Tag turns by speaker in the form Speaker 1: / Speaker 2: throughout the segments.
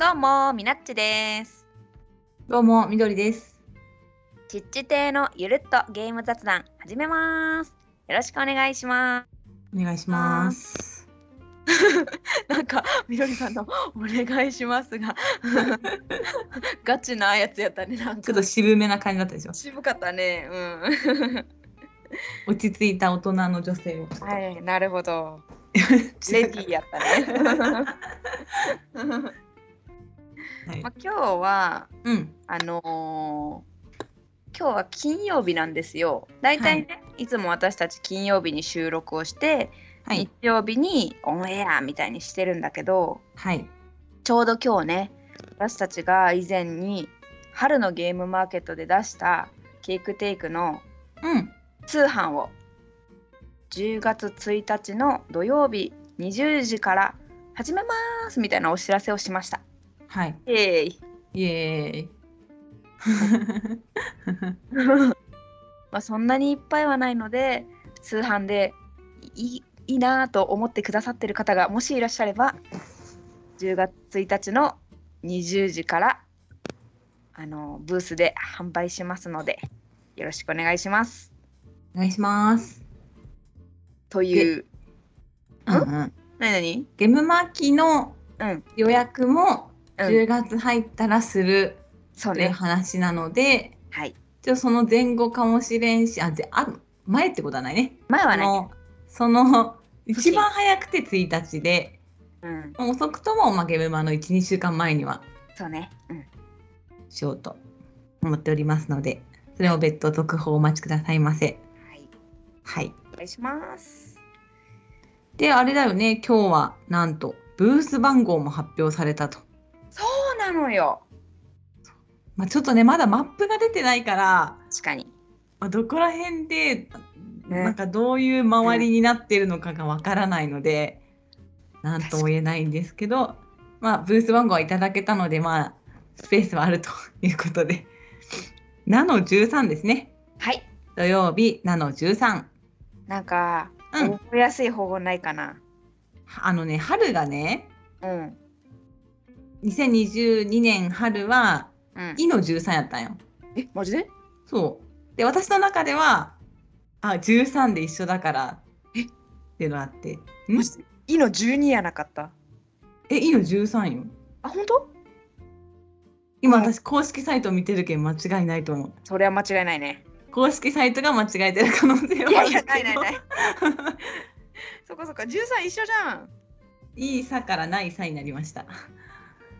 Speaker 1: どうも、みなっちです。
Speaker 2: どうも、みどりです。
Speaker 1: ちっち亭のゆるっとゲーム雑談始めます。よろしくお願いしま
Speaker 2: お願いします。
Speaker 1: す。 なんか、みどりさんのお願いしますが、 ガチなやつやったね。なん
Speaker 2: ちょ
Speaker 1: か
Speaker 2: っと渋めな感じだったでしょ。
Speaker 1: 渋かったね。うん。
Speaker 2: 落ち着いた大人の女性を。
Speaker 1: はい、なるほど。
Speaker 2: ちょっ
Speaker 1: レ
Speaker 2: と
Speaker 1: ディーやった ね。
Speaker 2: はい
Speaker 1: まあ、今日は、
Speaker 2: うん。
Speaker 1: あのー今日は金曜日なんですよ。だいたいね、い、つも私たち金曜日に収録をして、
Speaker 2: はい
Speaker 1: 日。曜日にオンエアみたいにしてるんだけど、
Speaker 2: はい。
Speaker 1: ちょうど今日ね、私たちが以前に春のゲームマーケットで出したケークテイクの
Speaker 2: うん。
Speaker 1: 通販を10月1日の土曜日20時から始めますみたいなお知らせをしました。
Speaker 2: はい。
Speaker 1: えい
Speaker 2: イエーイ。
Speaker 1: まあそんなにいっぱいはないので通販でいいいいなぁと思ってくださってる方がもしいらっしゃれば10月1日の20時からあのブースで販売しますのでよろしくお願いします
Speaker 2: お願いします。
Speaker 1: という
Speaker 2: うんうん。
Speaker 1: なに
Speaker 2: ゲムマーキーの
Speaker 1: なに
Speaker 2: 予約も
Speaker 1: うんうん
Speaker 2: 10月入ったらする
Speaker 1: そう
Speaker 2: という
Speaker 1: ね
Speaker 2: 話なので、
Speaker 1: はい
Speaker 2: ちょっとその前後かもしれんし、あ、ぜあ前ってことはないね。
Speaker 1: 前は
Speaker 2: あ
Speaker 1: ね、
Speaker 2: のその一番早くて1日で。
Speaker 1: うん、
Speaker 2: もう遅くとも、まあ、ゲームマの1、2週間前には
Speaker 1: そうね、うん、
Speaker 2: しようと思っておりますので、それを別途続報をお待ちくださいませ。
Speaker 1: はい
Speaker 2: はい。
Speaker 1: お願いします
Speaker 2: で、あれだよね、今日はなんと、ブース番号も発表されたと。
Speaker 1: そうなのよ
Speaker 2: まあ、ちょっとね、まだマップが出てないから、
Speaker 1: 確かに
Speaker 2: まあ、どこら辺で、なんかどういう周りになってるのかがわからないので、なんとも言えないんですけど、まあ、ブース番号はいただけたので、まあ、スペースはあるということで、ナノ13ですね。
Speaker 1: はい
Speaker 2: 土曜日ナノ13。
Speaker 1: なんか、
Speaker 2: うん
Speaker 1: 覚えやすい方法ないかな
Speaker 2: あのね、春がね、
Speaker 1: うん
Speaker 2: 2022年春は、
Speaker 1: うん
Speaker 2: イの13やったんよ。
Speaker 1: えマジで
Speaker 2: そう。で、私の中では、あ、13で一緒だから、
Speaker 1: え
Speaker 2: っていうのあって。ん
Speaker 1: マジでイの12やなかった
Speaker 2: え、イの13よ。
Speaker 1: あ本当
Speaker 2: 今、
Speaker 1: うん
Speaker 2: 私、公式サイト見てるけん間違いないと思う。
Speaker 1: それは間違いないね
Speaker 2: 公式サイトが間違えてる可能 性
Speaker 1: い
Speaker 2: はあ
Speaker 1: や
Speaker 2: る
Speaker 1: い
Speaker 2: けど。
Speaker 1: やないないないそこそこ13一緒じゃん
Speaker 2: いいさからないさになりました。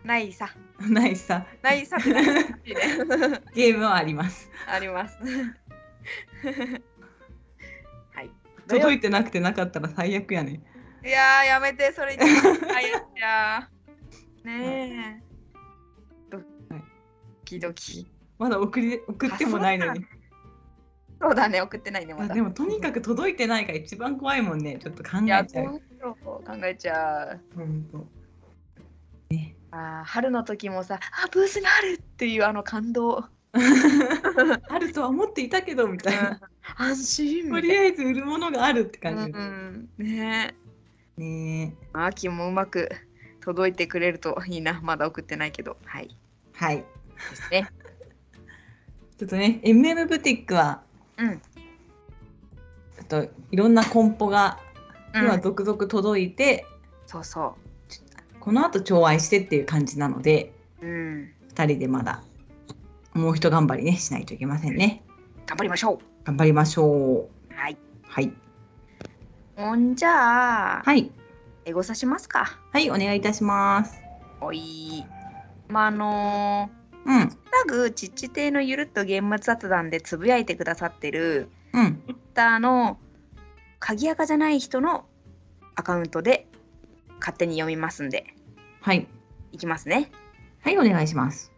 Speaker 1: ないさ
Speaker 2: ないさ。
Speaker 1: ないさ ってないらしいね
Speaker 2: ゲームはあります。
Speaker 1: あり ますはい土曜
Speaker 2: 届いてなくてなかったら最悪やね。
Speaker 1: いやーやめてそれ一番嫌いやっちゃうねえド
Speaker 2: はい
Speaker 1: キドキ
Speaker 2: まだ送り送ってもないのに。
Speaker 1: そうだね送ってないねま
Speaker 2: あ
Speaker 1: だ
Speaker 2: でもとにかく届いてないが一番怖いもんね。ちょっと考
Speaker 1: いや
Speaker 2: え
Speaker 1: そ
Speaker 2: ちゃう。
Speaker 1: うそう考えちゃう
Speaker 2: 本当
Speaker 1: あー春の時もさあブースにあるっていうあの感動
Speaker 2: あるとは思っていたけどみたいな。
Speaker 1: 安心
Speaker 2: と
Speaker 1: み
Speaker 2: り
Speaker 1: たい
Speaker 2: あえず売るものがあるって
Speaker 1: な、
Speaker 2: 感じ。
Speaker 1: うん、ねえ
Speaker 2: ねえ
Speaker 1: まあ秋もうまく届いてくれるといいなまだ送ってないけどはい
Speaker 2: はい。
Speaker 1: です ね
Speaker 2: ちょっとね、MM ブティックは
Speaker 1: うん、
Speaker 2: ちょっといろんなコンポが
Speaker 1: うん
Speaker 2: 今続々届いて、
Speaker 1: そうそ
Speaker 2: この後調愛してっていう感じなので、
Speaker 1: う、うん、
Speaker 2: 2人でまだもう一頑張りねしないといけませんね。
Speaker 1: 頑張りましょ
Speaker 2: 頑張りましょう。
Speaker 1: うはい
Speaker 2: はい。
Speaker 1: ほんじゃあ、
Speaker 2: はい。
Speaker 1: エゴサしますか
Speaker 2: はい、お願いいたします。
Speaker 1: おいまああの
Speaker 2: うん。
Speaker 1: ー、タグちっち亭のゆるっとゲーム雑談でつぶやいてくださってる
Speaker 2: うん。
Speaker 1: ツイッターの鍵垢じゃない人のアカウントで勝手に読みますんで
Speaker 2: はい。
Speaker 1: いきますね
Speaker 2: はい、お願いします。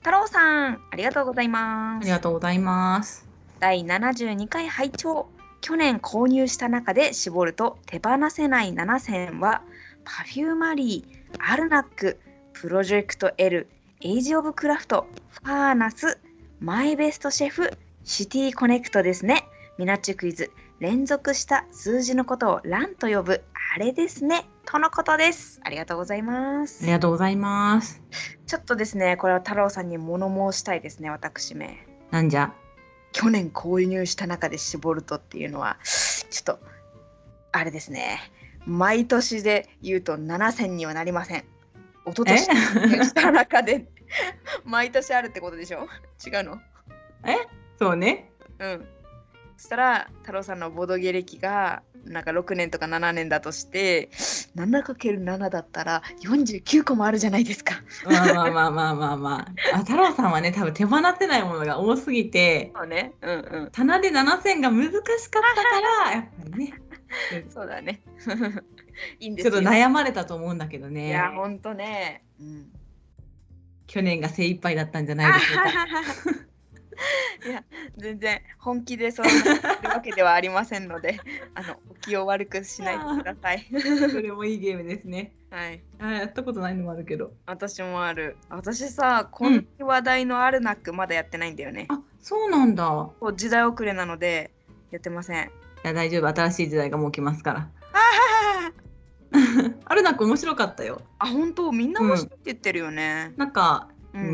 Speaker 1: 太郎さんありがとうございま
Speaker 2: あ
Speaker 1: す
Speaker 2: りがとうございます。
Speaker 1: 第72回拝聴去年購入した中で絞ると手放せない7選はパフューマリーアルナックプロジェクト L エイジ・オブ・クラフトファーナスマイベストシェフシティ・コネクトですねミナッチクイズ連続した数字のことを欄と呼ぶあれですねとのことですありがとうございます
Speaker 2: ありがとうございます。
Speaker 1: ちょっとですねこれは太郎さんに物申したいですね私め
Speaker 2: なんじゃ。
Speaker 1: 去年購入した中で絞るとっていうのはちょっとあれですね毎年で言うと7000にはなりません一昨
Speaker 2: え
Speaker 1: 年購入した中で 毎年あるってことでしょ違うの
Speaker 2: そうね。
Speaker 1: うんそしたら太郎さんのボドゲ歴がなんか6年とか7年だとして 7×7 だったら49個もあるじゃないですか
Speaker 2: まあまあまあまあまあまあ。あ太郎さんはね多分手放せないものが多すぎて
Speaker 1: そうねうんうん
Speaker 2: 棚で7000が難しかったからやっぱり ね
Speaker 1: そうだね いいんで
Speaker 2: ち
Speaker 1: す
Speaker 2: ょっ
Speaker 1: よ
Speaker 2: と悩まれたと思うんだけど
Speaker 1: い
Speaker 2: ね
Speaker 1: やほんとねうん
Speaker 2: 去年が精一杯だったんじゃないでしょうか。
Speaker 1: いや全然本気でそんなこと言ってるわけではありませんの であのお気を悪くしないでください。
Speaker 2: それもいいゲームですね。
Speaker 1: はい、
Speaker 2: あやったことないのもあるけど。
Speaker 1: 私もある。私さこんなに話題のあるなくまだやってないんだよね。
Speaker 2: あそうなんだ。
Speaker 1: こう時代遅れなのでやってません。
Speaker 2: いや大丈夫新しい時代がもう来ますから。 あるなく面白かったよ。
Speaker 1: あ本当みんな面白いって言ってるよね。
Speaker 2: なんか、
Speaker 1: う
Speaker 2: うん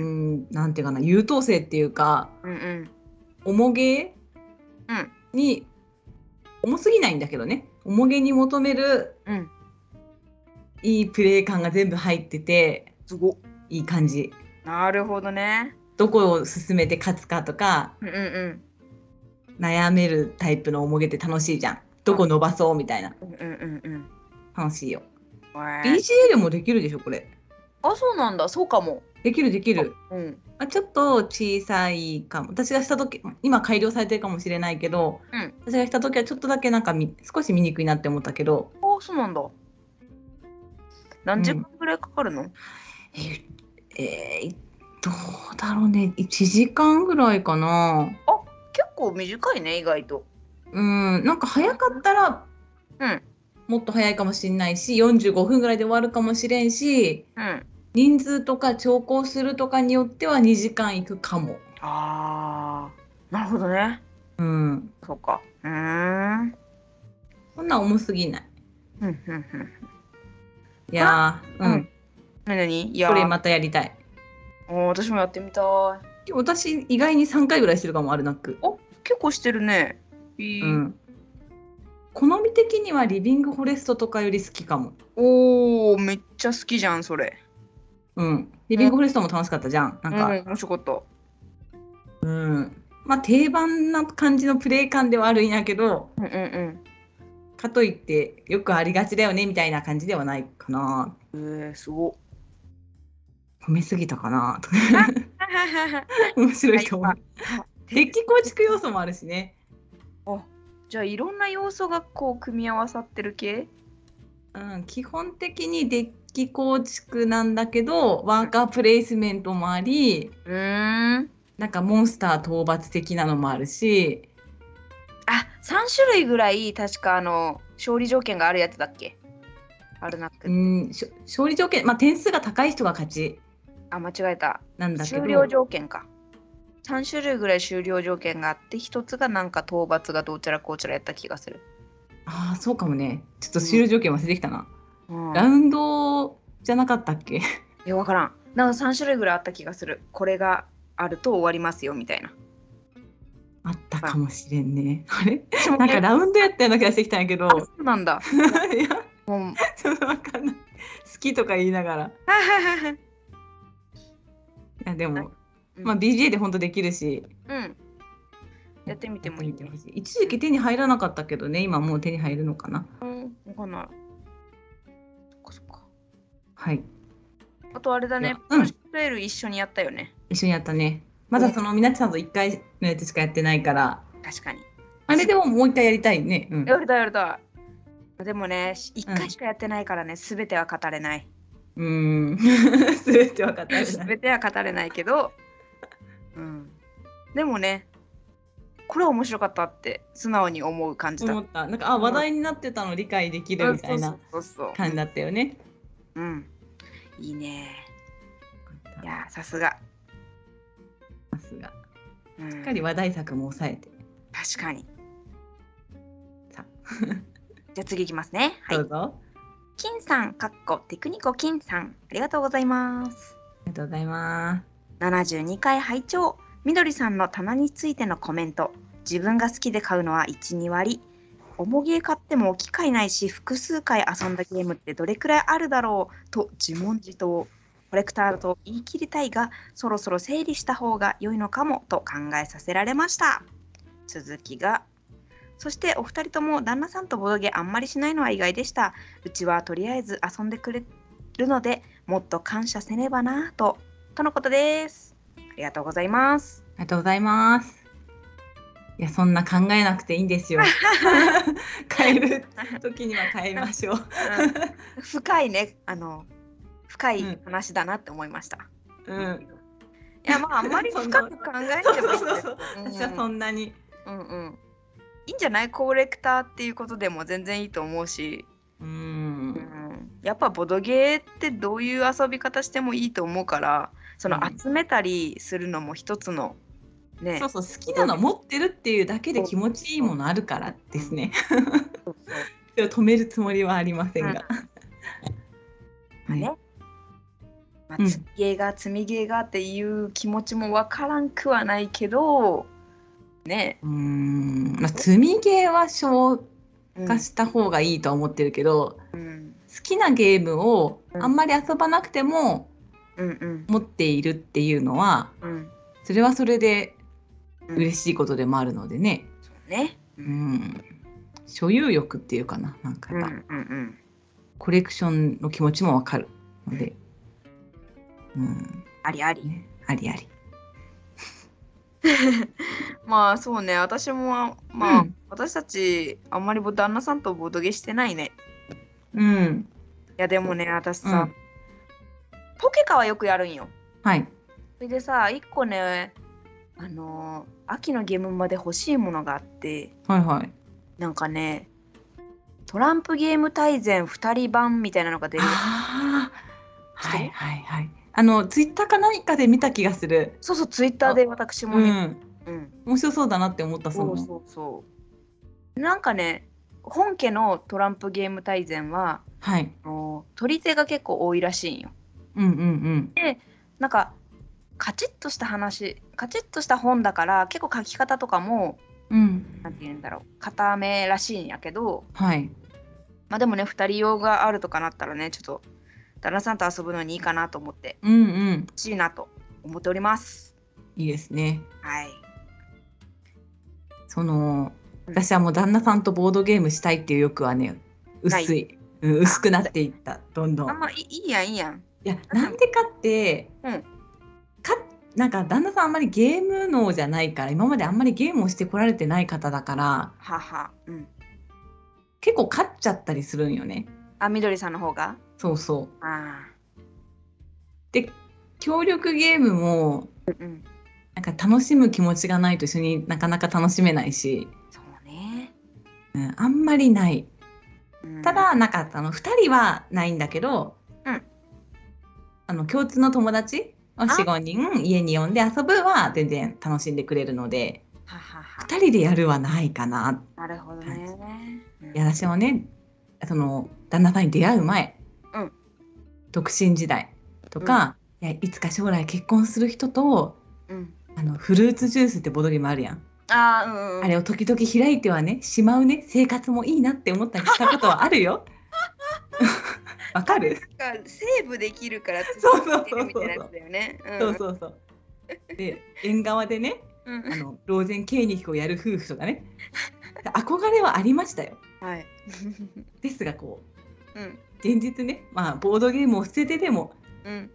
Speaker 2: ー、ん、なんていうかな優等生っていうか
Speaker 1: うん、うん
Speaker 2: 重げ
Speaker 1: うん
Speaker 2: に、重すぎないんだけどね重げに求める
Speaker 1: うん
Speaker 2: いいプレー感が全部入ってて
Speaker 1: すごっ
Speaker 2: いい感じ。
Speaker 1: なるほどね。
Speaker 2: どこを進めて勝つかとか
Speaker 1: うんうんうん
Speaker 2: 悩めるタイプの重げって楽しいじゃん。どこ伸ばそうみたいな
Speaker 1: うんうんうんうん。
Speaker 2: 楽しいよ。
Speaker 1: わー
Speaker 2: BGL もできるでしょこれ。
Speaker 1: あそうなんだそうかも。
Speaker 2: できるできる。
Speaker 1: うん
Speaker 2: まあ、ちょっと小さいかも私がした時今改良されてるかもしれないけど、
Speaker 1: うん
Speaker 2: 私がした時はちょっとだけなんかみ少し見にくいなって思ったけど、
Speaker 1: あそうなんだ。何時間ぐらいかかるの、
Speaker 2: えーえーどうだろうね1時間ぐらいかな
Speaker 1: 結構短いね意外と。
Speaker 2: うんなんか早かったら、
Speaker 1: うん
Speaker 2: もっと早いかもしれないし45分ぐらいで終わるかもしれんし
Speaker 1: うん。
Speaker 2: 人数とか調校するとかによっては2時間いくかも。
Speaker 1: ああ、なるほどね。
Speaker 2: うん、
Speaker 1: そうか。うーん。
Speaker 2: そんな重すぎない。
Speaker 1: うんうんうん。
Speaker 2: いやー、
Speaker 1: うん
Speaker 2: うん、
Speaker 1: なになにいや
Speaker 2: これまたやりたい。
Speaker 1: おー私もやってみたい。
Speaker 2: 私意外に3回ぐらいしてるかもあるなく、
Speaker 1: お結構してるね。え
Speaker 2: う
Speaker 1: ー
Speaker 2: ん、好み的にはリビングフォレストとかより好きかも、
Speaker 1: おおめっちゃ好きじゃんそれ。
Speaker 2: うん、リビングフォレストも楽しかったじゃんなんか、
Speaker 1: うん面白かった。
Speaker 2: まあ定番な感じのプレイ感ではあるんやけど
Speaker 1: うんうん
Speaker 2: かといってよくありがちだよねみたいな感じではないかな
Speaker 1: うん。えー、す ごっ。
Speaker 2: 褒めすぎたかな
Speaker 1: あ
Speaker 2: 面白いかも
Speaker 1: はい
Speaker 2: 敵構築要素もあるしね
Speaker 1: じゃあいろんな要素がこう組み合わさってる系
Speaker 2: うん、基本的にデッキ構築なんだけどワーカープレイスメントもあり
Speaker 1: うーん。
Speaker 2: なんかモンスター討伐的なのもあるし
Speaker 1: あ三3種類ぐらい確かあの勝利条件があるやつだっけあるなく、
Speaker 2: うんしょ勝利条件、まあ、点数が高い人が勝ち
Speaker 1: あ間違えた
Speaker 2: なんだけど
Speaker 1: 終了条件か3種類ぐらい終了条件があって1つがなんか討伐がどうちゃらこうちゃらやった気がする、
Speaker 2: ああそうかもねちょっと終了条件忘れてきたな、
Speaker 1: うん、
Speaker 2: ラウンドじゃなかったっけ
Speaker 1: え分からんなんか3種類ぐらいあった気がするこれがあると終わりますよみたいな
Speaker 2: あったかもしれんねあれ
Speaker 1: 私も
Speaker 2: なん
Speaker 1: ね
Speaker 2: かラウンドやったような気がしてきたんやけどい
Speaker 1: あそうなん だ
Speaker 2: や
Speaker 1: もう
Speaker 2: ちょっとわかんない好きとか言いながらいやでも、
Speaker 1: うん
Speaker 2: まあ、BGA で本当できるし
Speaker 1: うんやってみてもいいね
Speaker 2: やってみてほしい一時期手に入らなかったけどね今もう手に入るのかな
Speaker 1: 分かんないそっかそっか
Speaker 2: はい
Speaker 1: あとあれだ
Speaker 2: い
Speaker 1: ね
Speaker 2: や、
Speaker 1: プ
Speaker 2: うん
Speaker 1: ロジェクトエール一緒にやったよね。
Speaker 2: 一緒にやったねまだそのみなちさんと1回のやつしかやってないから
Speaker 1: 確かに。
Speaker 2: あれでももう一回やりたいね、うん
Speaker 1: やりたいやりたい。でもね、し一回しかやってないからね、すべては語れ ない。
Speaker 2: うーん 全て分かった
Speaker 1: すべては語れないけど、うん。でもね、これは面白かったって素直に思う感じだ
Speaker 2: 思
Speaker 1: っ
Speaker 2: ったなんかあ話題になってたの理解でき
Speaker 1: た。
Speaker 2: るみたいな
Speaker 1: そうそうそう
Speaker 2: 感じだったよね
Speaker 1: そう。うん。いいね。いやー、さすが。
Speaker 2: さすがし
Speaker 1: うん
Speaker 2: っかり話題作も抑えて
Speaker 1: 確かに。 じゃあ次いきますね。はい
Speaker 2: どう。ぞ。
Speaker 1: 金さん、かっこテクニコ金さん、ありがとうございます。
Speaker 2: ありがとうございます。
Speaker 1: 72回拝聴みどりさんの棚についてのコメント自分が好きで買うのは12割重げ買っても機会ないし複数回遊んだゲームってどれくらいあるだろうと自問自答コレクターと言い切りたいがそろそろ整理した方が良いのかもと考えさせられました続きがそしてお二人とも旦那さんとボドゲあんまりしないのは意外でしたうちはとりあえず遊んでくれるのでもっと感謝せねばなぁととのことです。ありがとうございます
Speaker 2: あ。りがとうございます。いや、そんな考えなくていいんで すよ。変える時には変えましょう。
Speaker 1: 深いね、あの深い
Speaker 2: うん
Speaker 1: 話だなって思いました。
Speaker 2: うん。
Speaker 1: いやまああんまり
Speaker 2: そん
Speaker 1: 深
Speaker 2: な
Speaker 1: く考えてもいいんだ
Speaker 2: そうそ
Speaker 1: よ
Speaker 2: うそう
Speaker 1: うん
Speaker 2: 私はそんなに。
Speaker 1: うんうん。いいんじゃないコレクターっていうことでも全然いいと思うし、
Speaker 2: う。
Speaker 1: うんん、やっぱボドゲーってどういう遊び方してもいいと思うからその
Speaker 2: うん
Speaker 1: 集めたりするのも一つのね、
Speaker 2: そうそう、好きなの持ってるっていうだけで気持ちいいものあるからですね。
Speaker 1: そうそう
Speaker 2: それを止めるつもりはありませんが。
Speaker 1: まあね、ま
Speaker 2: うん
Speaker 1: あ、積みゲーが積みゲーがっていう気持ちもわからんくはないけど、ね、
Speaker 2: うーん。まあ、積みゲーは消
Speaker 1: うん
Speaker 2: 化した方がいいとは思ってるけど、
Speaker 1: うん
Speaker 2: 好きなゲームを
Speaker 1: うん
Speaker 2: あんまり遊ばなくても
Speaker 1: うんうん
Speaker 2: 持っているっていうのは、
Speaker 1: うん
Speaker 2: それはそれで
Speaker 1: うん
Speaker 2: 嬉しいことでもあるのでね、
Speaker 1: ね、う
Speaker 2: うんん、所有欲っていうかななんか
Speaker 1: う
Speaker 2: や
Speaker 1: ん
Speaker 2: っぱ、
Speaker 1: うん
Speaker 2: コレクションの気持ちもわかるので、うん
Speaker 1: ありあり。
Speaker 2: ね、ありあり。
Speaker 1: まあそうね、私もまあ、
Speaker 2: うん
Speaker 1: 私たちあんまりぼ旦那さんとボドゲしてないね。
Speaker 2: うん
Speaker 1: いやでもね、私
Speaker 2: う
Speaker 1: さ、
Speaker 2: ん、
Speaker 1: ポケカはよくやるんよ。
Speaker 2: はい、
Speaker 1: それでさ、一個ね、あのー秋のゲームまで欲しいものがあって、
Speaker 2: はいはい
Speaker 1: なんかね、トランプゲーム大全2人版みたいなのが出る。
Speaker 2: あー
Speaker 1: 知って
Speaker 2: は
Speaker 1: る
Speaker 2: いはいはいあのツイッターか何かで見た気がする、
Speaker 1: そうそう、ツイッターで私も
Speaker 2: う
Speaker 1: ね、
Speaker 2: ん、
Speaker 1: うん、
Speaker 2: 面白そうだなって思ったそ
Speaker 1: そ
Speaker 2: の
Speaker 1: うそうそう。なんかね、本家のトランプゲーム大全は、
Speaker 2: はい
Speaker 1: あの取り手が結構多いらしいんよ。
Speaker 2: うんうん
Speaker 1: なんか、カチッとした話、カチッとした本だから、結構書き方とかも、
Speaker 2: うんうん
Speaker 1: なんて言うんだろう、固めらしいんやけど、
Speaker 2: はい
Speaker 1: まあでもね、2人用があるとかなったらね、ちょっと、旦那さんと遊ぶのにいいかなと思って、
Speaker 2: うんうん
Speaker 1: 欲しいなと思っております。
Speaker 2: いいですね
Speaker 1: はい。
Speaker 2: その
Speaker 1: うん
Speaker 2: 私はもう旦那さんとボードゲームしたいっていう欲はね
Speaker 1: ない
Speaker 2: 薄い、うん薄くなっていったどんどん
Speaker 1: あん。まいいいいやん、いいやん。
Speaker 2: いやなんでかって、
Speaker 1: うん
Speaker 2: かなんか旦那さんあんまりゲーム脳じゃないから今まであんまりゲームをしてこられてない方だから
Speaker 1: はあはあ。うん。
Speaker 2: 結構勝っちゃったりするんよね。
Speaker 1: あ、みどりさんの方が
Speaker 2: そうそう
Speaker 1: あ
Speaker 2: で協力ゲームも
Speaker 1: あ。うん。
Speaker 2: なんか楽しむ気持ちがないと一緒になかなか楽しめないし、
Speaker 1: そうね。
Speaker 2: うん、あんまりない
Speaker 1: うん
Speaker 2: た、だなんかあの2人はないんだけど、
Speaker 1: うん
Speaker 2: あの共通の友達を45人家に呼んで遊ぶは全然楽しんでくれるので
Speaker 1: ははは。
Speaker 2: 2人でやるはないかな。
Speaker 1: なるほどね。
Speaker 2: いや私もねその旦那さんに出会う前、
Speaker 1: うん
Speaker 2: 独身時代とか、いやいつか将来結婚する人と
Speaker 1: うん。
Speaker 2: あのフルーツジュースってボドゲもあるやん、
Speaker 1: ああ、うんうん。
Speaker 2: あれを時々開いてはねしまうね生活もいいなって思ったりしたことはあ るよ。わかる
Speaker 1: なんかセーブできるから
Speaker 2: そうそうそうそう
Speaker 1: 続けてるみたいなやつだよね。
Speaker 2: そうそうそう。で縁側でね
Speaker 1: うん。うん
Speaker 2: あの老人経理をやる夫婦とかね憧れはありましたよ。
Speaker 1: はい。
Speaker 2: ですがこう
Speaker 1: うん
Speaker 2: 現実ねまあボードゲームを捨ててでも
Speaker 1: うん。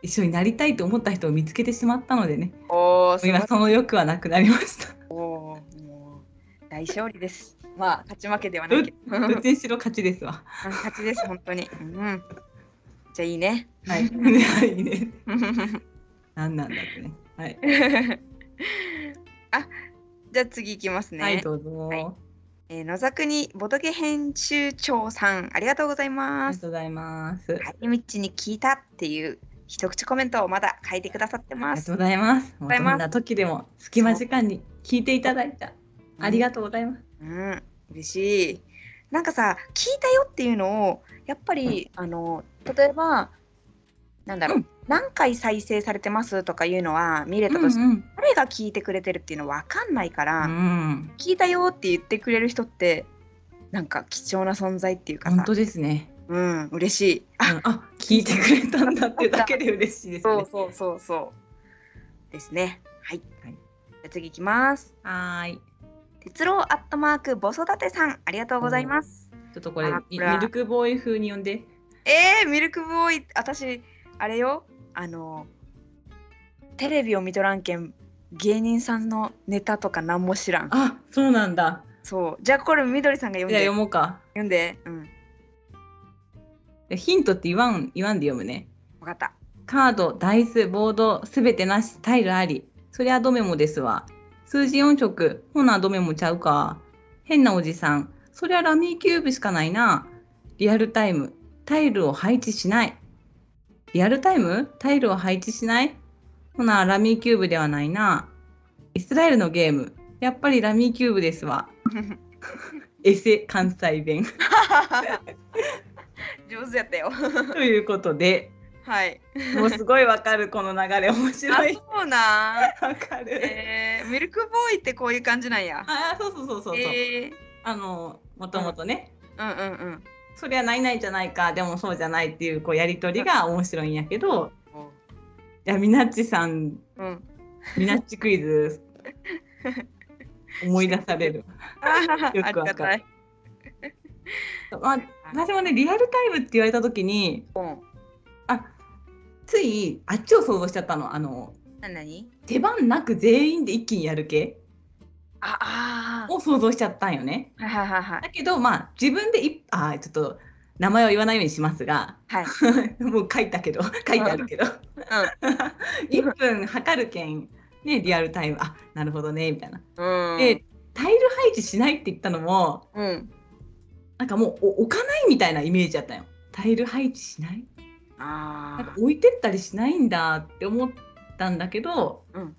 Speaker 2: 一緒になりたいと思った人を見つけてしまったのでね
Speaker 1: おお、すごい
Speaker 2: 今。その欲はなくなりました。
Speaker 1: おーもう大勝利です。まあ勝ち負けではないけど、
Speaker 2: どっちにしろ勝ちですわ。
Speaker 1: 勝ちです本当に。うん。じゃあいい ね。
Speaker 2: はい。いい ね。
Speaker 1: あ、
Speaker 2: なんなんだってね。はい。
Speaker 1: じゃあ次いきますね。
Speaker 2: はいどうぞ。
Speaker 1: はいえー野沢国ボトゲ編集長さんありがとうござい
Speaker 2: あ
Speaker 1: ま
Speaker 2: りが
Speaker 1: す。
Speaker 2: とうございます。あ
Speaker 1: 帰り道に聞いたっていう一口コメントをまだ書いてくださってま
Speaker 2: りが
Speaker 1: す
Speaker 2: とう。ございます。も
Speaker 1: ご
Speaker 2: う
Speaker 1: ざい
Speaker 2: ど
Speaker 1: ます
Speaker 2: んな時でも隙間時間に聞いていただいた。ありがとうございます。
Speaker 1: うん、嬉しい。なんかさ聞いたよっていうのをやっぱりあの例えばなんだろう、
Speaker 2: うん
Speaker 1: 何回再生されてますとかいうのは見れたとして、
Speaker 2: うん
Speaker 1: 誰が聞いてくれてるっていうの分かんないから、
Speaker 2: うん、
Speaker 1: 聞いたよって言ってくれる人ってなんか貴重な存在っていうか
Speaker 2: 本
Speaker 1: さ
Speaker 2: 当ですね。
Speaker 1: うん嬉しいあ
Speaker 2: うんあ、聞いてくれたんだってだけで嬉しいです
Speaker 1: そう
Speaker 2: ね。
Speaker 1: そうそうそうですねはい、
Speaker 2: はい
Speaker 1: じゃあ次いきます
Speaker 2: はーい。
Speaker 1: 哲郎アットマークボソダテさんありがとうございます
Speaker 2: ちょっとこれ
Speaker 1: あ
Speaker 2: ミ
Speaker 1: これは
Speaker 2: ミルクボーイ風に呼んで。
Speaker 1: えー、ミルクボーイ私あれよあのテレビを見とらんけん芸人さんのネタとか何も知らん
Speaker 2: あ、そうなんだ。
Speaker 1: そうじゃあこれみどりさんが読ん
Speaker 2: じゃあ
Speaker 1: で
Speaker 2: 読もうか。
Speaker 1: 読んでうん
Speaker 2: ヒントって言わん言わんで読むね。
Speaker 1: 分かった
Speaker 2: カード、ダイス、ボード、すべてなし、タイルあり。そりゃドメモですわ。数字4色、ほなドメモちゃうか。変なおじさん、そりゃラミーキューブしかないな。リアルタイム、タイルを配置しない。リアルタイムタイルを配置しないほなラミーキューブではないな。イスラエルのゲーム、やっぱりラミーキューブですわ。エセ関西弁。
Speaker 1: 上手やったよ
Speaker 2: ということで、
Speaker 1: はい
Speaker 2: もうすごいわかるこの流れ面白い
Speaker 1: あ。そうなん
Speaker 2: わかる。
Speaker 1: えーミルクボーイってこういう感じなんや。
Speaker 2: ああそうそうそうそうそう、
Speaker 1: えー
Speaker 2: あのもともとね、
Speaker 1: うんうんうん。
Speaker 2: そりゃないないじゃないかでもそうじゃないっていうこうやり取りが面白いんやけどじゃあみなっちさん
Speaker 1: うん、
Speaker 2: みなっちクイズ思い出される。
Speaker 1: ああ
Speaker 2: よく
Speaker 1: り
Speaker 2: わ
Speaker 1: が
Speaker 2: か
Speaker 1: た
Speaker 2: る
Speaker 1: い。
Speaker 2: まあ私もねリアルタイムって言われた時に
Speaker 1: うん。
Speaker 2: あついあっちを想像しちゃったのあの
Speaker 1: なになに
Speaker 2: 手番なく全員で一気にやる系
Speaker 1: ああ
Speaker 2: を想像しちゃったんよね。
Speaker 1: ー。はいはいはいはい
Speaker 2: だけどまあ自分でいあーちょっと名前を言わないようにしますが。
Speaker 1: はい。
Speaker 2: もう書いたけど書いてあるけど、一1分測るけんねリアルタイムあなるほどねみたいな、
Speaker 1: うん。
Speaker 2: でタイル配置しないって言ったのも
Speaker 1: うん。
Speaker 2: なんかもうお置かないみたいなイメージだったよタイル配置しないなん
Speaker 1: あ
Speaker 2: か置いてったりしないんだって思ったんだけど、
Speaker 1: うん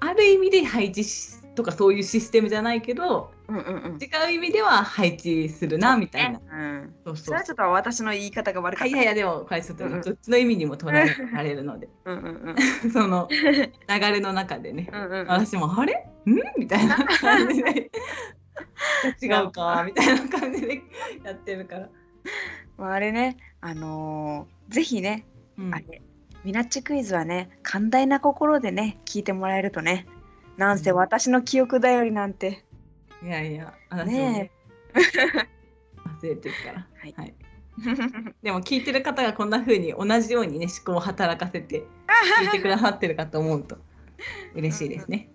Speaker 2: ある意味で配置しとかそういうシステムじゃないけど
Speaker 1: あ。うんうんうん。
Speaker 2: 違う意味では配置するなみたいな。
Speaker 1: うん。
Speaker 2: そうそう
Speaker 1: それはちょっと私の言い方が悪か
Speaker 2: は
Speaker 1: っ
Speaker 2: い
Speaker 1: た。
Speaker 2: いやいやでもこれちょっと
Speaker 1: うんうん
Speaker 2: どっちの意味にも捉えられるので
Speaker 1: うんうんうん。
Speaker 2: その流れの中でね、
Speaker 1: うん うんうん。
Speaker 2: 私もあれんみたい な感じで違うか みたいな感じでやってるから、
Speaker 1: まああれね、あのー、ぜひね、
Speaker 2: うん
Speaker 1: あれ、ミナッチクイズはね、寛大な心でね、聞いてもらえるとね、なんせ
Speaker 2: うん
Speaker 1: 私の記憶頼りなんて、
Speaker 2: いやいや私もね
Speaker 1: ね
Speaker 2: 忘れてるから、は
Speaker 1: はいい
Speaker 2: でも聞いてる方がこんな風に同じようにね思考を働かせ て聞いてくださってるかと思うと嬉しいですね。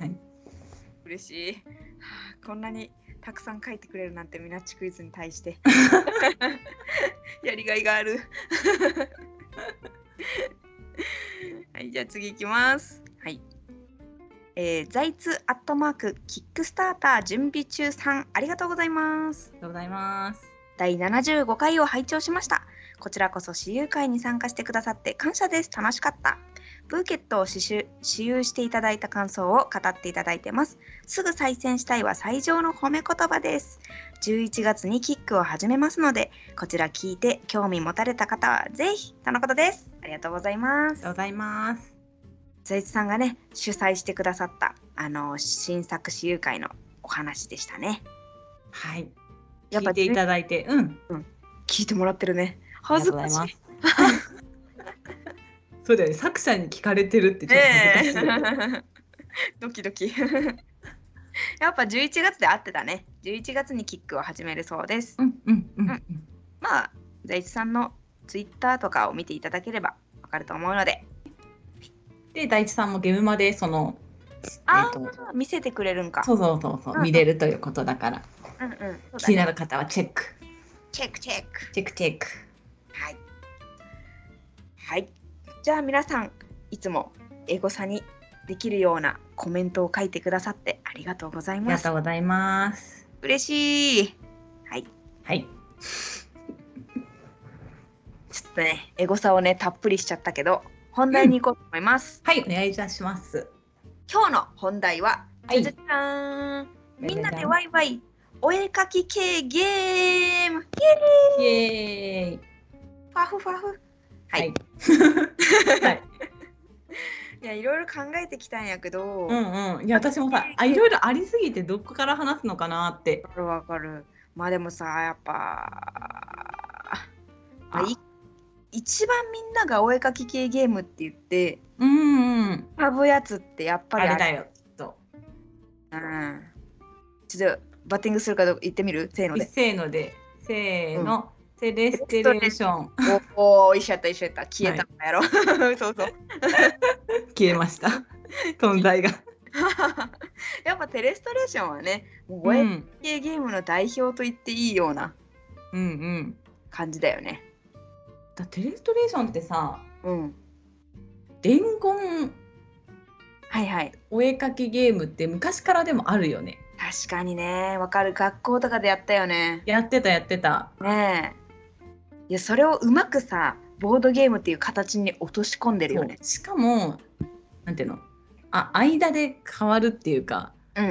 Speaker 2: はい
Speaker 1: 嬉しい。はあこんなにたくさん書いてくれるなんてミナッチクイズに対してやりがいがある。はい、じゃあ次いきます。はい。えー、在津アットマークキックスターター準備中さんありがとうございます。
Speaker 2: ありがとうございます。
Speaker 1: 第75回を拝聴しました。こちらこそ私有会に参加してくださって感謝です。楽しかった。ブーケットを刺繍私有していただいた感想を語っていただいてます。すぐ再選したいは最上の褒め言葉です。11月にキックを始めますので、こちら聞いて興味持たれた方はぜひとのことです。ありがとうございま
Speaker 2: ありが
Speaker 1: す
Speaker 2: とう。ございます。
Speaker 1: 財津さんがね、主催してくださったあの新作私有会のお話でしたね。
Speaker 2: はい。
Speaker 1: やっ
Speaker 2: 聞
Speaker 1: ぱ
Speaker 2: いていただいて、うん。
Speaker 1: 聞いてもらってるね。
Speaker 2: あり
Speaker 1: 恥
Speaker 2: が
Speaker 1: ず
Speaker 2: とうござ
Speaker 1: か
Speaker 2: い
Speaker 1: しい
Speaker 2: ま。す。 そうだよね。作者に聞かれてるってちょっと恥
Speaker 1: ね
Speaker 2: ずかしいよね。
Speaker 1: え ドキドキ やっぱ11月で合ってたね11月にキックを始めるそうです
Speaker 2: うんうんうんうん。
Speaker 1: まあ財津さんのツイッターとかを見ていただければわかると思うので
Speaker 2: で大地さんもゲームまでその
Speaker 1: あ
Speaker 2: え
Speaker 1: ー、
Speaker 2: ーと
Speaker 1: 見せてくれるんか
Speaker 2: そうそうそうそう
Speaker 1: うん
Speaker 2: 見れるということだから、
Speaker 1: うんうんそうだ
Speaker 2: 気に
Speaker 1: ね
Speaker 2: なる方はチェック
Speaker 1: チェックチェック
Speaker 2: チェックチェック
Speaker 1: はいはいじゃあ皆さんいつもエゴサにできるようなコメントを書いてくださってありがとうござい
Speaker 2: あり
Speaker 1: ま
Speaker 2: が
Speaker 1: す
Speaker 2: とうございます
Speaker 1: 嬉しいはい
Speaker 2: はい
Speaker 1: ちょっとね、エゴサをね、たっぷりしちゃったけど、本題に行こうと思います。
Speaker 2: はいお願いいたします
Speaker 1: 今日の本題は、
Speaker 2: はい
Speaker 1: じゃじゃじゃーんみんな
Speaker 2: じゃじ
Speaker 1: で
Speaker 2: ゃん
Speaker 1: ワイワイお絵かき系ゲーム
Speaker 2: イエーイ。
Speaker 1: ファフファフはい
Speaker 2: はい。 はい
Speaker 1: いやいろいろ考えてきたんやけど、
Speaker 2: うんうん。いや私もさ、あいろいろありすぎてどこから話すのかなって。
Speaker 1: わかるわかる。まあでもさ、やっぱ、まあい一番みんながお絵かき系ゲームって言って、
Speaker 2: うんうん。
Speaker 1: 浮かぶやつってやっぱ
Speaker 2: あ
Speaker 1: り
Speaker 2: れ
Speaker 1: あ
Speaker 2: だ
Speaker 1: る。
Speaker 2: よ。と。
Speaker 1: うん、ちょっとバッティングするかどうか言ってみるせーので。
Speaker 2: せーので。せーの。セレステレーション。
Speaker 1: おお、一緒やった一緒やった。消えたのやろ。 そうそう。
Speaker 2: 消えました。存在が。
Speaker 1: やっぱテレストレーションはね、もう
Speaker 2: う
Speaker 1: お絵か
Speaker 2: ん。
Speaker 1: き系ゲームの代表と言っていいような
Speaker 2: うんうん。
Speaker 1: 感じだよね。
Speaker 2: だテレストレーションってさ、
Speaker 1: うん。
Speaker 2: 伝言
Speaker 1: はいはい。
Speaker 2: お絵かきゲームって昔からでもあるよね。
Speaker 1: 確かにね、わかる。学校とかでやったよね。
Speaker 2: やってたやってた。
Speaker 1: ねえいやそれをうまくさボードゲームっていう形に落とし込んでるよね
Speaker 2: そうしかもなんていうのあ間で変わるっていうか
Speaker 1: うんうん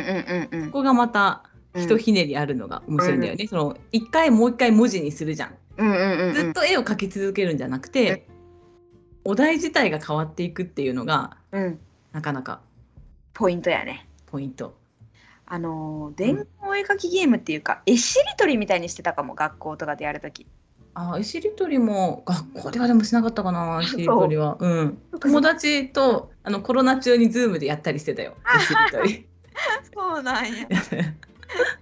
Speaker 1: うんうん
Speaker 2: ここがまた
Speaker 1: うん
Speaker 2: ひとひねりあるのが面白いんだよね、その一回もう一回文字にするじゃん
Speaker 1: うんうんうんう
Speaker 2: ずっ
Speaker 1: ん
Speaker 2: と絵を描き続けるんじゃなくて、お題自体が変わっていくっていうのが
Speaker 1: うん
Speaker 2: なかなか
Speaker 1: ポイントやね
Speaker 2: ポイント
Speaker 1: あのー伝言お絵描きゲームっていうか、絵しりとりみたいにしてたかも学校とかでやるとき
Speaker 2: あしりとりも学校ではでもしなかったか なしりとりはうん友達とあのコロナ中にズームでやったりして たよしりとり
Speaker 1: そうなんや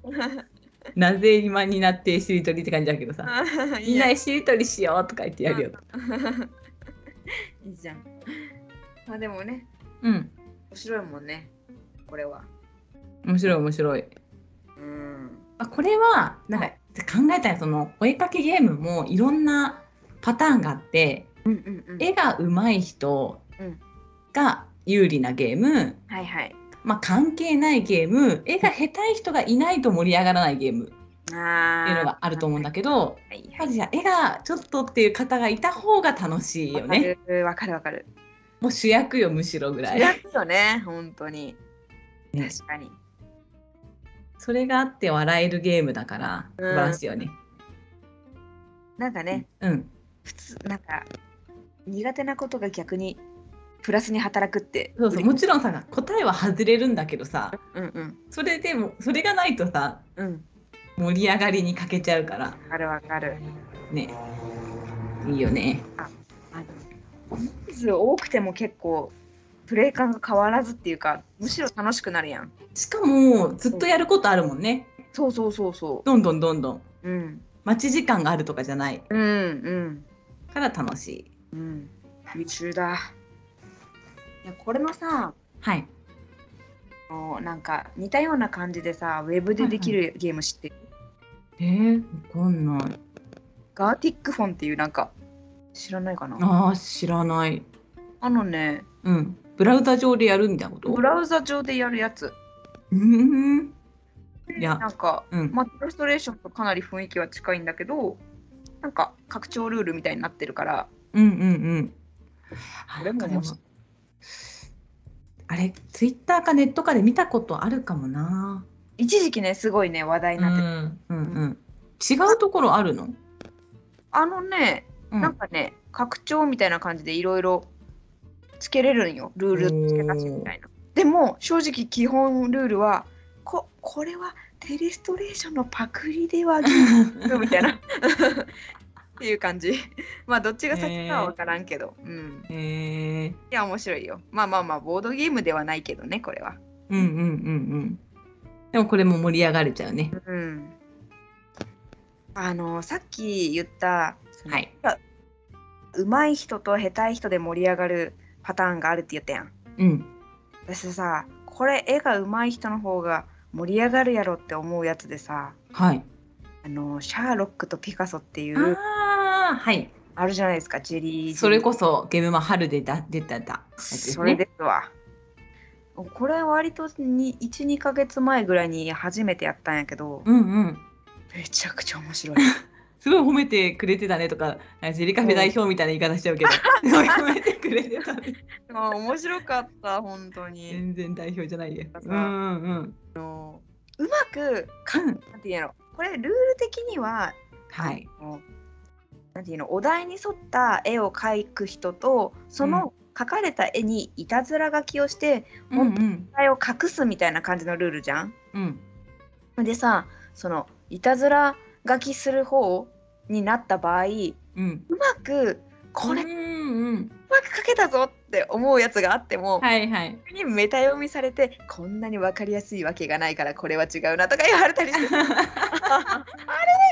Speaker 2: なぜ今になってしりとりって感じだけどさみんなしりとりしようとか言ってやるよ。
Speaker 1: いいじゃんまあでもね
Speaker 2: うん。
Speaker 1: 面白いもんねこれは
Speaker 2: 面白い面白い。
Speaker 1: うん
Speaker 2: あこれはなんか
Speaker 1: は
Speaker 2: 考えたらそのお絵かきゲームもいろんなパターンがあって、
Speaker 1: うんうんうん
Speaker 2: 絵が上手い人
Speaker 1: うん
Speaker 2: が有利なゲーム、
Speaker 1: はいはい
Speaker 2: まあ関係ないゲーム、絵が下手い人がいないと盛り上がらないゲームって
Speaker 1: あ
Speaker 2: いうのがあると思うんだ
Speaker 1: け
Speaker 2: けど、
Speaker 1: ど、はいはい
Speaker 2: やっぱりじゃあ絵がちょっとっていう方がいた方が楽しいよね。
Speaker 1: わかるわかる
Speaker 2: もう主役よむしろぐ
Speaker 1: わ
Speaker 2: ら
Speaker 1: かる。
Speaker 2: い。
Speaker 1: 違うよね、本当に。
Speaker 2: ね
Speaker 1: 確かに。
Speaker 2: それがあって笑えるゲームだから素晴らしいよね。
Speaker 1: なんかね、
Speaker 2: うん。
Speaker 1: 普通、なんか、苦手なことが逆にプラスに働くって。
Speaker 2: そうそうもちろんさ答えは外れるんだけどさ
Speaker 1: うんうん。
Speaker 2: それでもそれがないとさ
Speaker 1: うん。
Speaker 2: 盛り上がりに欠けちゃうから
Speaker 1: わかるわかる。
Speaker 2: ねいいよね
Speaker 1: あの人数多くても結構、プレイ感が変わらずっていうか、むしろ楽しくなるやん。
Speaker 2: しかもずっとやることあるもんね
Speaker 1: そうそうそうそ
Speaker 2: どんどんどんどん
Speaker 1: う。うん。
Speaker 2: 待ち時間があるとかじゃない
Speaker 1: うんうん。
Speaker 2: から楽しい
Speaker 1: うん。優秀だ。いや、これのさ、
Speaker 2: はい
Speaker 1: あのなんか似たような感じでさ、ウェブでできるゲーム知ってる
Speaker 2: えー、わかんない
Speaker 1: ガーティックフォンっていうなんか知らないかなあ
Speaker 2: あー知らない
Speaker 1: のね
Speaker 2: うんブラウザ上でやるみたいなこと
Speaker 1: ブラウザ上でやるやつ
Speaker 2: うーんいや
Speaker 1: なんか、
Speaker 2: うん、
Speaker 1: まあ、イラストレーションとかなり雰囲気は近いんだけどなんか拡張ルールみたいになってるから
Speaker 2: うんうんうんあ
Speaker 1: でも
Speaker 2: なんかでも
Speaker 1: もし
Speaker 2: あれツイッターかネットかで見たことあるかもな
Speaker 1: 一時期ねすごいね話題になってて、
Speaker 2: うんうん違うところあるの、
Speaker 1: あのね
Speaker 2: うん
Speaker 1: なんかね、拡張みたいな感じでいろいろつけれるんよルールつけ出しみたいなでも正直基本ルールはここれはテレストレーションのパクリではないみたい な。っていう感じ。まあどっちが先かは分からんけど。うん。
Speaker 2: へえ
Speaker 1: いや面白いよ。まあまあまあボードゲームではないけどねこれは。
Speaker 2: うんうんうんうんでもこれも盛り上がれちゃうね、
Speaker 1: うん。あのさっき言った
Speaker 2: はい
Speaker 1: 上手い人と下手い人で盛り上がるパターンがあるって言ったやん。
Speaker 2: うん
Speaker 1: 私さこれ絵が上手い人の方が盛り上がるやろって思うやつでさ
Speaker 2: はい
Speaker 1: あのシャーロックとピカソっていう
Speaker 2: ああはい
Speaker 1: あるじゃないですかジェリー
Speaker 2: それこそゲームマ春でだ出てたやつです、ね、
Speaker 1: それですわ。これ割と12ヶ月前ぐらいに初めてやったんやけど、
Speaker 2: うんうん
Speaker 1: めちゃくちゃ面 白い。
Speaker 2: すごい褒めてくれてたねとかジェリカフェ代表みたいな言い方しちゃうけどすごい褒めてくれてたね
Speaker 1: 面白かった本当に。
Speaker 2: 全然代表じゃないや
Speaker 1: だか
Speaker 2: う
Speaker 1: ら
Speaker 2: んうん
Speaker 1: あのうまく
Speaker 2: うん、
Speaker 1: なんていうのこれルール的には
Speaker 2: はい。
Speaker 1: あのなんていうのお題に沿った絵を描く人とその描かれた絵にいたずら書きをして
Speaker 2: うんうん
Speaker 1: お題を隠すみたいな感じのルールじゃん。
Speaker 2: うん
Speaker 1: でさそのいたずら書きする方になった場合う
Speaker 2: うん。
Speaker 1: まくこれ
Speaker 2: う
Speaker 1: うん
Speaker 2: うん。
Speaker 1: まく描けたぞって思うやつがあっても、
Speaker 2: はいはい。
Speaker 1: 逆にメタ読みされてこんなに分かりやすいわけがないからこれは違うなとか言われた りしてあれ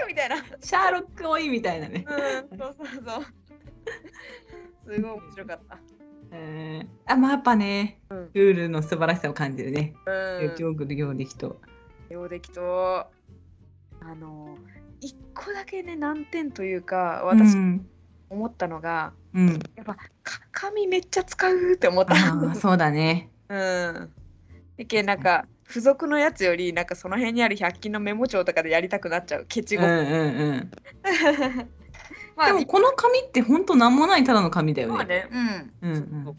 Speaker 1: みたいな。
Speaker 2: シャーロック多いみたいなね。
Speaker 1: うん、そうそうそう。すごい面白かった。
Speaker 2: えーあ、まあやっぱね、ルールの素晴らしさを感じるね。
Speaker 1: うん、
Speaker 2: よくよできと。
Speaker 1: 上出来と、あの、一個だけね、難点というか、私
Speaker 2: うん。
Speaker 1: 思ったのが、
Speaker 2: うん、
Speaker 1: か紙めっちゃ使うって思った。
Speaker 2: ああ、そうだね。
Speaker 1: うん。でけんなんか、付属のやつより、なんかその辺にある100均のメモ帳とかでやりたくなっちゃう。ケチ
Speaker 2: うん
Speaker 1: ご。
Speaker 2: うん うん。
Speaker 1: まあ、
Speaker 2: でもこの紙って本当なんもないただの紙だよ
Speaker 1: まあ
Speaker 2: ね。
Speaker 1: ね、うん。
Speaker 2: うんうん。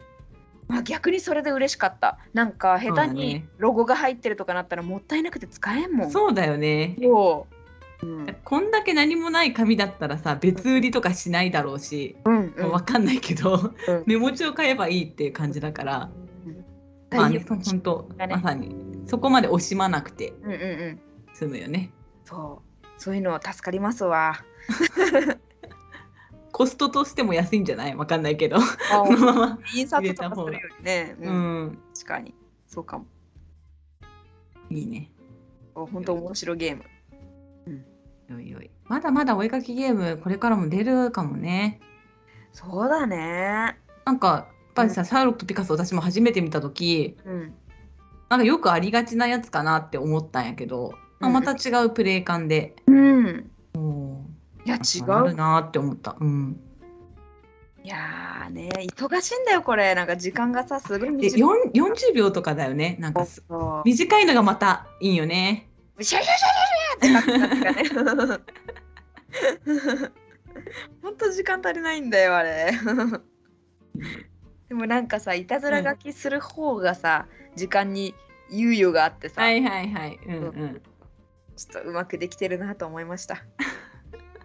Speaker 1: まあ、逆にそれで嬉しかった。なんか、下手
Speaker 2: そうだ
Speaker 1: に
Speaker 2: ね
Speaker 1: ロゴが入ってるとかなったらもったいなくて使えんもん。
Speaker 2: そうだよね。
Speaker 1: そう。うん。
Speaker 2: こんだけ何もない紙だったらさ別売りとかしないだろうし、
Speaker 1: うん
Speaker 2: わ分かんないけど、
Speaker 1: うん
Speaker 2: メモ帳買えばいいっていう感じだから、まあねそう本当、
Speaker 1: がね
Speaker 2: まさにそこまで惜しまなくて
Speaker 1: うんうんうん。
Speaker 2: 済むよね
Speaker 1: そう。そういうの助かりますわ。
Speaker 2: コストとしても安いんじゃない分かんないけどこのまま
Speaker 1: 印刷とかするよりね。う、
Speaker 2: うんん、
Speaker 1: 確かに。そうかも。
Speaker 2: いいね
Speaker 1: 本当面白いゲーム。
Speaker 2: よいよいまだまだお絵かきゲームこれからも出るかもね
Speaker 1: そうだね。
Speaker 2: なんかやっぱりさ、シャーロックとピカソ私も初めて見た時
Speaker 1: うん。
Speaker 2: なんかよくありがちなやつかなって思ったんやけど、あ
Speaker 1: うん
Speaker 2: また違うプレイ感で
Speaker 1: うん。いや違
Speaker 2: 違う
Speaker 1: う。
Speaker 2: なって思った。うん。
Speaker 1: いやーね、忙しいんだよこれ。なんか時間がさすごい
Speaker 2: で、
Speaker 1: 短い。
Speaker 2: 四四十秒とかだよね。なんかす
Speaker 1: そう
Speaker 2: 短いのがまたいいよね。
Speaker 1: シャシャシャシャシャって感じだね。 本当時間足りないんだよあれ。でもなんかさいたずら書きする方がさ、時間に猶予があってさ、
Speaker 2: はいはいはい。うんうん。
Speaker 1: ちょっとうまくできてるなと思いました。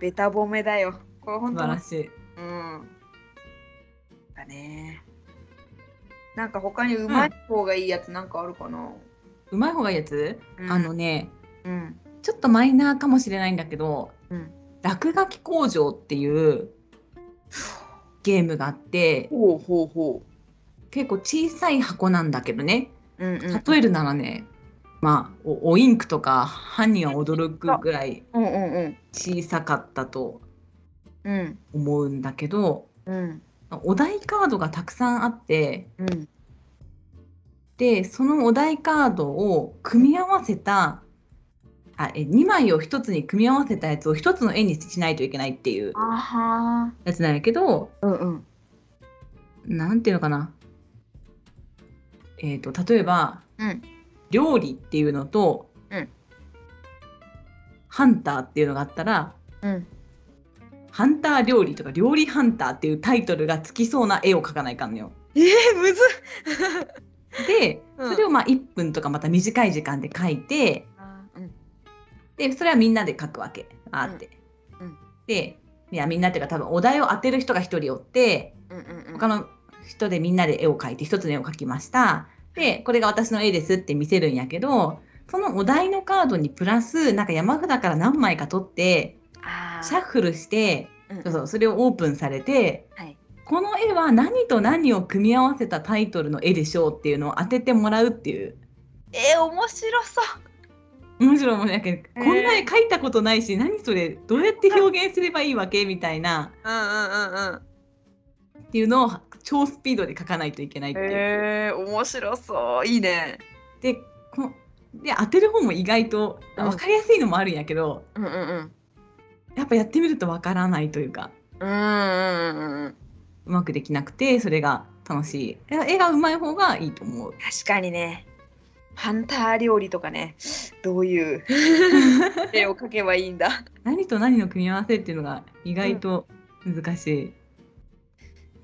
Speaker 1: ベタ褒めだよ。これ本
Speaker 2: 素
Speaker 1: 当
Speaker 2: 晴ら
Speaker 1: に。
Speaker 2: しい。
Speaker 1: うん。だね。なんか他にうまい方がいいやつなんかあるかな。
Speaker 2: うまい方がいいやつ？
Speaker 1: うん
Speaker 2: あのね、
Speaker 1: うん。
Speaker 2: ちょっとマイナーかもしれないんだけど、
Speaker 1: うん
Speaker 2: 落書き工場っていうゲームがあって、
Speaker 1: ほうほうほ
Speaker 2: 結構小さい箱なんだけどね。
Speaker 1: う。うんうん。
Speaker 2: 例えるならね、まあおおインクとか犯人は驚くぐらい
Speaker 1: うんうんうん。
Speaker 2: 小さかったと
Speaker 1: うん
Speaker 2: 思うんだけど。
Speaker 1: うん
Speaker 2: お題カードがたくさんあって
Speaker 1: うん。
Speaker 2: でそのお題カードを組み合わせたあえ2枚を1つに組み合わせたやつを1つの絵にしないといけないっていう
Speaker 1: あは
Speaker 2: やつなんやけど
Speaker 1: ー。うんうん。
Speaker 2: なんていうのかな、えー、と例えば
Speaker 1: うん
Speaker 2: 料理っていうのと、
Speaker 1: うん
Speaker 2: ハンターっていうのがあったら
Speaker 1: うん。
Speaker 2: ハンター料理とか料理ハンターっていうタイトルがつきそうな絵を描かないかんのよ。
Speaker 1: えー、むずっ。
Speaker 2: で
Speaker 1: うん
Speaker 2: それをまあ1分とかまた短い時間で描いて
Speaker 1: うん
Speaker 2: でそれはみんなで書くわけあーって、
Speaker 1: うんうん
Speaker 2: でいやみんなっていうか多分お題を当てる人が1人おって
Speaker 1: うんうんうん。
Speaker 2: 他の人でみんなで絵を描いて1つの絵を描きましたでこれが私の絵ですって見せるんやけどそのお題のカードにプラスなんか山札から何枚か取って
Speaker 1: あ
Speaker 2: シャッフルして
Speaker 1: うん
Speaker 2: そうそうそれをオープンされて
Speaker 1: はい。
Speaker 2: この絵は何と何を組み合わせたタイトルの絵でしょうっていうのを当ててもらうっていう
Speaker 1: えー、面白そう。
Speaker 2: むしろもうなんか、
Speaker 1: ー
Speaker 2: こんな絵描いたことないし何それどうやって表現すればいいわけみたいな
Speaker 1: うんうんうんうん。
Speaker 2: っていうのを超スピードで描かないといけないっていう。
Speaker 1: えー、面白そう。いいね。
Speaker 2: でこので当てる方も意外と
Speaker 1: うん
Speaker 2: 分かりやすいのもあるんやけど、
Speaker 1: うんうんうん。
Speaker 2: やっぱやってみると分からないというか
Speaker 1: うんうんうんうん。
Speaker 2: うまくできなくてそれが楽しい絵絵がうまい方がいいと思う。
Speaker 1: 確かにね。ハンター料理とかね、どういう絵を描けばいいんだ。
Speaker 2: 何と何の組み合わせっていうのが意外と難し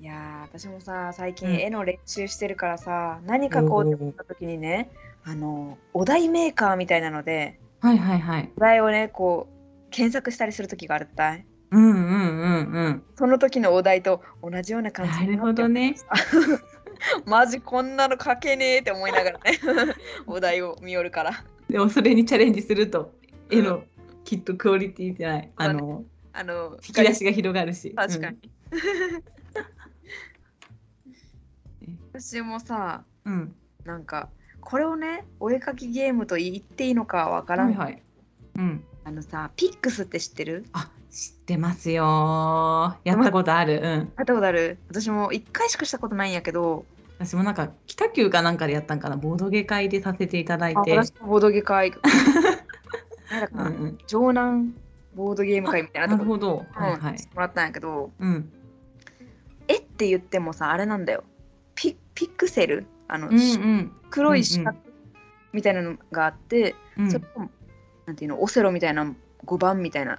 Speaker 2: い。
Speaker 1: いやー、私もさ、最近
Speaker 2: うん
Speaker 1: 絵の練習してるからさ、何描こうって思った時にね、あのお題メーカーみたいなので
Speaker 2: はいはいはい。
Speaker 1: お題をねこう検索したりする時があるったい
Speaker 2: うんうんうんうん。
Speaker 1: その時のお題と同じような感じ
Speaker 2: な
Speaker 1: に
Speaker 2: る
Speaker 1: な
Speaker 2: ほ
Speaker 1: って
Speaker 2: どね。
Speaker 1: マジこんなの書けねえって思いながら ねお題を見よるから
Speaker 2: でもそれにチャレンジすると
Speaker 1: うん
Speaker 2: 絵のきっとクオリティじゃない、あの
Speaker 1: あの
Speaker 2: 引き出しが広がるし。
Speaker 1: 確かに、
Speaker 2: うん
Speaker 1: 私もさ
Speaker 2: うん。うん。
Speaker 1: なんかこれをねお絵かきゲームと言っていいのかわからん、
Speaker 2: はいはい。うん。
Speaker 1: あのさピックスって知ってる
Speaker 2: あ知ってますよー。やったことある。うん。
Speaker 1: やったことある私も1回しかしたことないんやけど
Speaker 2: 私もなんか北九かなんかでやったんかなボードゲ会でさせていただい
Speaker 1: あ
Speaker 2: て。
Speaker 1: 私のボードゲーム 会なんだか
Speaker 2: うん
Speaker 1: な、
Speaker 2: うん。
Speaker 1: 城南ボードゲーム会みたいな
Speaker 2: な
Speaker 1: と
Speaker 2: る
Speaker 1: こ
Speaker 2: ほど。はいは
Speaker 1: うん
Speaker 2: い。
Speaker 1: してもらったんやけど
Speaker 2: うん。
Speaker 1: 絵って言ってもさあれなんだよピピクセルあの、
Speaker 2: うんうん。
Speaker 1: 黒い四角みたいなのがあって、
Speaker 2: うん
Speaker 1: それをなんていうのオセロみたいな5番みたいな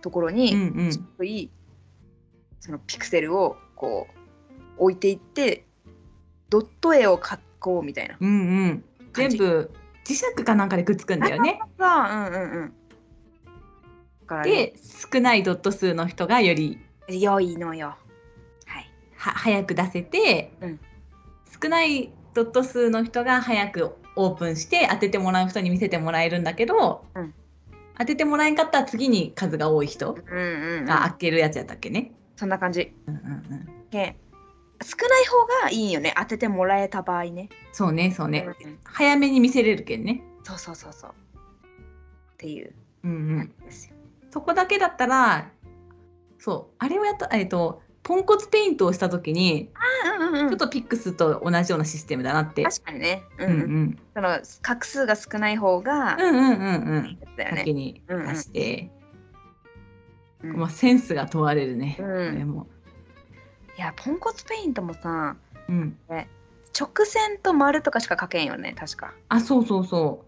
Speaker 1: ところに、
Speaker 2: うんうん
Speaker 1: ちょっといいそのピクセルをこう置いていってドット絵を描こうみたいな
Speaker 2: うんうん。
Speaker 1: 感
Speaker 2: 全
Speaker 1: じ
Speaker 2: 部磁石かなんかでくっつくんだよね。
Speaker 1: さあうんうんうんだからね
Speaker 2: で少ないドット数の人がより
Speaker 1: 良いのよはい
Speaker 2: は早く出せて、
Speaker 1: うん
Speaker 2: 少ないドット数の人が早くオープンして当ててもらう人に見せてもらえるんだけど、
Speaker 1: うん
Speaker 2: 当ててもらえんかったら次に数が多い人
Speaker 1: うんうん、うん、
Speaker 2: が開けるやつやったっけね。
Speaker 1: そんな感じ
Speaker 2: うんうんうん、
Speaker 1: で少ない方がいいよね当ててもらえた場合ね
Speaker 2: そうねそうね、
Speaker 1: うんうん
Speaker 2: 早めに見せれるけんね。
Speaker 1: そうそうそうそうっていう
Speaker 2: うんう
Speaker 1: 感
Speaker 2: ん、
Speaker 1: じですよ、
Speaker 2: そこだけだったらそうあれをやったえっとポンコツペイントをした時に、
Speaker 1: うんうんうん
Speaker 2: ちょっとピックスと同じようなシステムだなって。
Speaker 1: 確かにね、うん
Speaker 2: うんう
Speaker 1: うん
Speaker 2: ん
Speaker 1: その画数が少ない方が、
Speaker 2: うんうんうんうん。
Speaker 1: だよね
Speaker 2: 先に出して、
Speaker 1: うん
Speaker 2: まあ、センスが問われるね、
Speaker 1: うん
Speaker 2: これも、
Speaker 1: いやポンコツペイントもさ
Speaker 2: うん、
Speaker 1: 直線と丸とかしか書けんよね確か
Speaker 2: あそうそうそ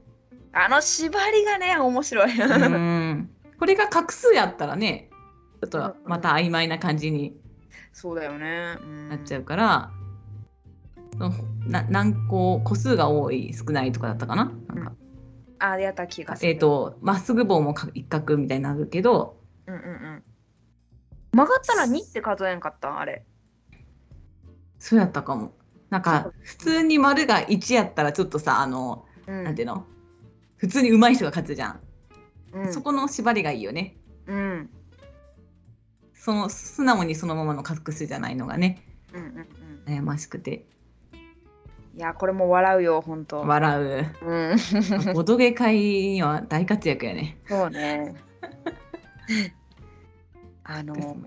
Speaker 1: あの縛りがね面白い、
Speaker 2: う、うん、これが画数やったらねちょっとまた曖昧な感じに
Speaker 1: そうだよね、うん
Speaker 2: なっちゃうから、そのな何個個数が多い少ないとかだったかななんか、
Speaker 1: あやった気がする
Speaker 2: えっ、とまっすぐ棒もか一角みたいになるけど
Speaker 1: うんうんうん曲がったら2って数えんかったあれ
Speaker 2: そうやったかもなんか普通に丸が1やったらちょっとさあの、
Speaker 1: うん
Speaker 2: なんていうの普通に上手い人が勝つじゃん、
Speaker 1: うん
Speaker 2: そこの縛りがいいよね
Speaker 1: うんうん
Speaker 2: その素直にそのままの画数じゃないのがね
Speaker 1: うんうん
Speaker 2: 悩ましくて
Speaker 1: いやこれも笑うよ本当
Speaker 2: 笑う
Speaker 1: うん
Speaker 2: ボドゲ会には大活躍やね。
Speaker 1: そう ねあの
Speaker 2: うん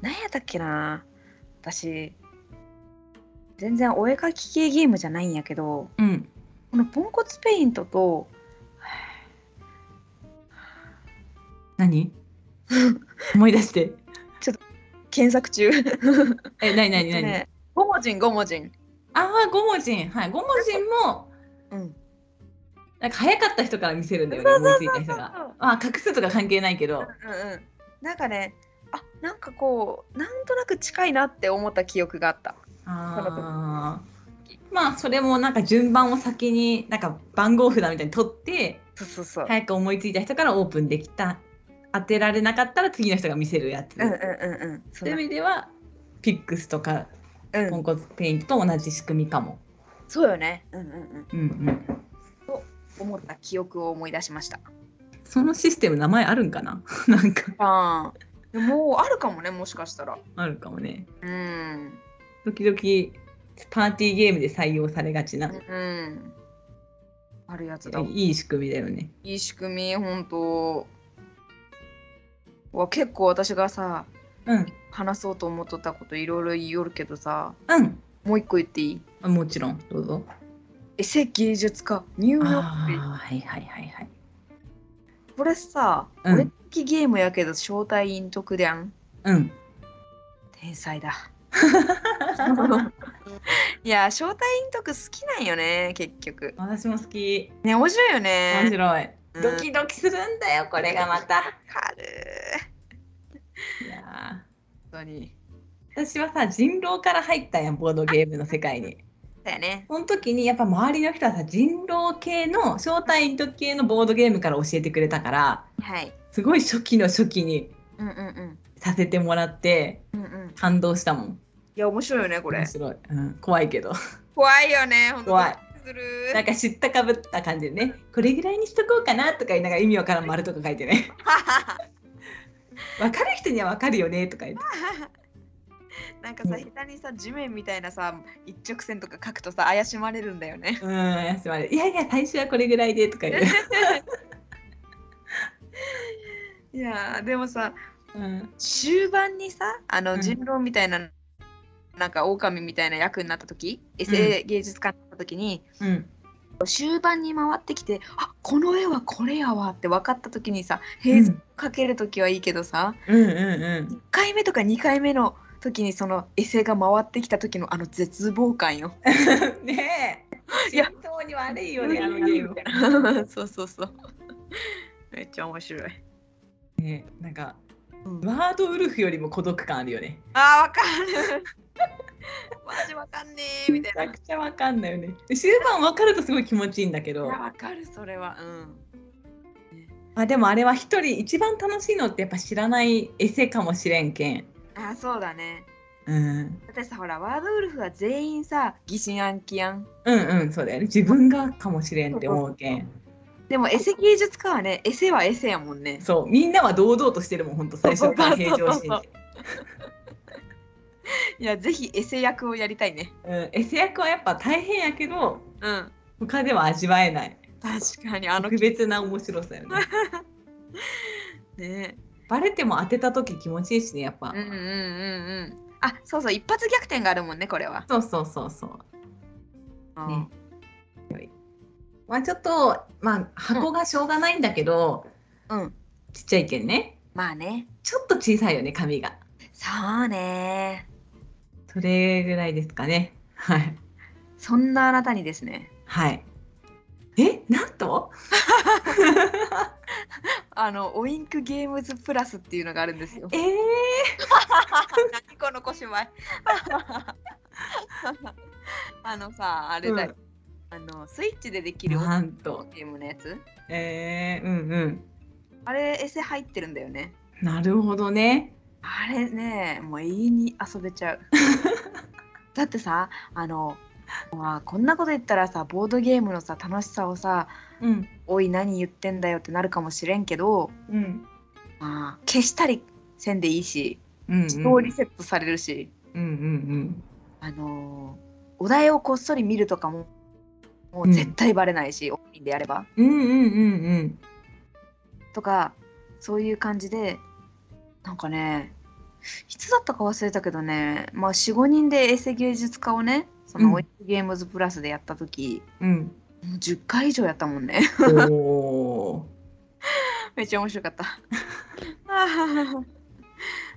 Speaker 1: 何やったっけな私全然お絵かき系ゲームじゃないんやけど
Speaker 2: うん
Speaker 1: このポンコツペイントと
Speaker 2: 何 思い出して
Speaker 1: 検索中
Speaker 2: え何何何、
Speaker 1: ね5文字5文字
Speaker 2: ああ五文字はい五文字も
Speaker 1: うん
Speaker 2: なんか早かった人から見せるんだよね思いついた人
Speaker 1: そうそう
Speaker 2: が。あ画数とか関係ないけど
Speaker 1: うんうんなんかねあなんかこうなんとなく近いなって思った記憶があった
Speaker 2: あーまあそれもなんか順番を先になんか番号札みたいに取って
Speaker 1: そうそうそう、
Speaker 2: 早く思いついた人からオープンできた当てられなかったら次の人が見せるやつ。
Speaker 1: うんうんうんうんそ
Speaker 2: そういうう意味ではピックスとか
Speaker 1: う
Speaker 2: ポン
Speaker 1: ん
Speaker 2: コツペイントと同じ仕組みかも。
Speaker 1: そうよねうんうんうん
Speaker 2: うんうん、
Speaker 1: 思った記憶を思い出しました
Speaker 2: そのシステム名前あるんかな なんか
Speaker 1: あーでももうあるかもねもしかしたら
Speaker 2: あるかもね。
Speaker 1: うん
Speaker 2: 時々パーティーゲームで採用されがちな
Speaker 1: うんあるやつだ
Speaker 2: いい仕組みだよね。
Speaker 1: いい仕組み本当わ結構私がさ
Speaker 2: うん
Speaker 1: 話そうと思っとったこといろいろ言いよるけどさ
Speaker 2: うん
Speaker 1: もう一個言っていい
Speaker 2: あもちろんどうぞ。
Speaker 1: エセ芸術家ニューヨ
Speaker 2: あ
Speaker 1: ーク
Speaker 2: あはいはいはいはい。
Speaker 1: これさ、
Speaker 2: うん
Speaker 1: 俺的ゲームやけど招待員特段
Speaker 2: うん。
Speaker 1: 天才だ いや招待員特好きなんよね結局
Speaker 2: 私も好き。
Speaker 1: ね面白いよね
Speaker 2: 面白い。
Speaker 1: うん
Speaker 2: ドキドキするんだよこれがまた。
Speaker 1: わかる
Speaker 2: いや
Speaker 1: 本当に
Speaker 2: ー私はさ人狼から入ったやんボードゲームの世界に。
Speaker 1: だよね。
Speaker 2: その時にやっぱ周りの人はさ人狼系の招待人系のボードゲームから教えてくれたから
Speaker 1: はい。
Speaker 2: すごい初期の初期に
Speaker 1: うんうんうん。
Speaker 2: させてもらって
Speaker 1: うんうん、い
Speaker 2: 感動したもん
Speaker 1: や、面白いよね、これ
Speaker 2: 面。白い、うん、怖いけど
Speaker 1: 怖いよね、本当
Speaker 2: 怖い。
Speaker 1: する
Speaker 2: なんか知ったかぶった感じでねこれぐらいにしとこうかなとか言いながら意味わからん丸とか書いて ねわかる人にはわかるよねとか言 って
Speaker 1: なんかさ、下手にさ、地面みたいなさ、一直線とか書くとさ、怪しまれるんだよね。
Speaker 2: うん休まれいやいや最初はこれぐらいでとか言う、
Speaker 1: いやー、でもさ、
Speaker 2: うん、
Speaker 1: 終盤にさ、あ
Speaker 2: う
Speaker 1: の
Speaker 2: ん
Speaker 1: 人狼みたいな、なんか狼みたいな役になった時、エセ芸術家になった時に、
Speaker 2: うん
Speaker 1: 終盤に回ってきて、あこの絵はこれやわって分かった時にさ、
Speaker 2: う
Speaker 1: 平
Speaker 2: ん
Speaker 1: 然かける時はいいけどさ、
Speaker 2: うんうん
Speaker 1: 1回目とか2回目の時にそのエセが回ってきた時のあの絶望感よ。
Speaker 2: うん ねえ
Speaker 1: いや
Speaker 2: 心臓に悪いよねあのゲー ム
Speaker 1: そうそうそう。めっちゃ面白い。
Speaker 2: なんか
Speaker 1: うん
Speaker 2: ワードウルフよりも孤独感あるよね
Speaker 1: あーわかる。 マジわかんねえみたいな。い
Speaker 2: めちゃくちゃわかんないよね終盤わかるとすごい気持ちいいんだけど
Speaker 1: やわかるそれは。うん。
Speaker 2: あでもあれは一人一番楽しいのってやっぱ知らないエセかもしれんけん
Speaker 1: あーそうだね。
Speaker 2: うん
Speaker 1: だってさほらワードウルフは全員さ疑心暗鬼やん。
Speaker 2: うんうんそうだよね自分がかもしれんって思うけん
Speaker 1: でもエセ芸術家はねエセはエセやもんね。
Speaker 2: そうみんなは堂々としてるもんほんと最初から平常心
Speaker 1: そう
Speaker 2: で、
Speaker 1: いやぜひエセ役をやりたいね。
Speaker 2: うん、エセ役はやっぱ大変やけど
Speaker 1: うん。
Speaker 2: 他では味わえない
Speaker 1: 確かにあの
Speaker 2: 特別な面白さよ ね
Speaker 1: ね。
Speaker 2: バレても当てた時気持ちいいしねやっぱ、
Speaker 1: うんうんうんうん。あそうそう一発逆転があるもんねこれは。
Speaker 2: そうそうそうそう
Speaker 1: うん
Speaker 2: まあちょっとまあ箱がしょうがないんだけど、
Speaker 1: うん。
Speaker 2: ちっちゃいけんね
Speaker 1: まあね。
Speaker 2: ちょっと小さいよね紙が
Speaker 1: そうね。
Speaker 2: それぐらいですかねはい
Speaker 1: そんなあなたにですね。
Speaker 2: はいえなんと
Speaker 1: あのオインクゲームズプラスっていうのがあるんですよ。
Speaker 2: えー、
Speaker 1: 何この小芝居 あのさあれだよ、あのスイッチでできる
Speaker 2: なんと
Speaker 1: ゲームのやつ
Speaker 2: えー、うんうん
Speaker 1: あれエセ入ってるんだよね。
Speaker 2: なるほどね
Speaker 1: あれねもう永遠に遊べちゃう。 だってさあの、まあ、こんなこと言ったらさボードゲームのさ楽しさをさ
Speaker 2: うん
Speaker 1: 「おい何言ってんだよ」ってなるかもしれんけど、
Speaker 2: うん
Speaker 1: まあ、消したりせんでいいし
Speaker 2: うん
Speaker 1: 自動リセットされるし。
Speaker 2: うんうん
Speaker 1: あのーお題をこっそり見るとかもも
Speaker 2: う
Speaker 1: うん絶対バレないし、オンラインでやれば
Speaker 2: うんうんうんうんうん
Speaker 1: とかそういう感じでなんかねいつだったか忘れたけどね、まあ、45人で衛星芸術家をねそ
Speaker 2: うん
Speaker 1: のオイルゲームズプラスでやった時、
Speaker 2: うん
Speaker 1: もう10回以上やったもんね
Speaker 2: うんおー
Speaker 1: めっちゃ面白かった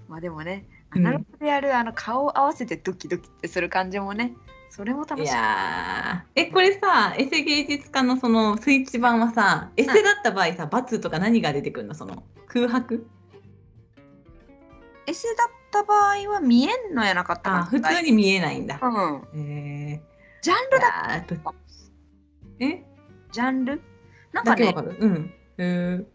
Speaker 1: まあでもねア
Speaker 2: うん
Speaker 1: ナログでやるあの顔を合わせてドキドキってする感じもねそれも楽
Speaker 2: い
Speaker 1: しい
Speaker 2: やーえこれさエセ芸術家のそのスイッチ版はさエセだった場合さ罰とか何が出てくるのその空白
Speaker 1: エセだった場合は見えんのやなかったかな
Speaker 2: あ普通に見えないんだ
Speaker 1: うん。
Speaker 2: えー、
Speaker 1: ジャンルだ。
Speaker 2: だとえ
Speaker 1: ジャンルなんか
Speaker 2: だけわ
Speaker 1: ね
Speaker 2: か、るうんえー、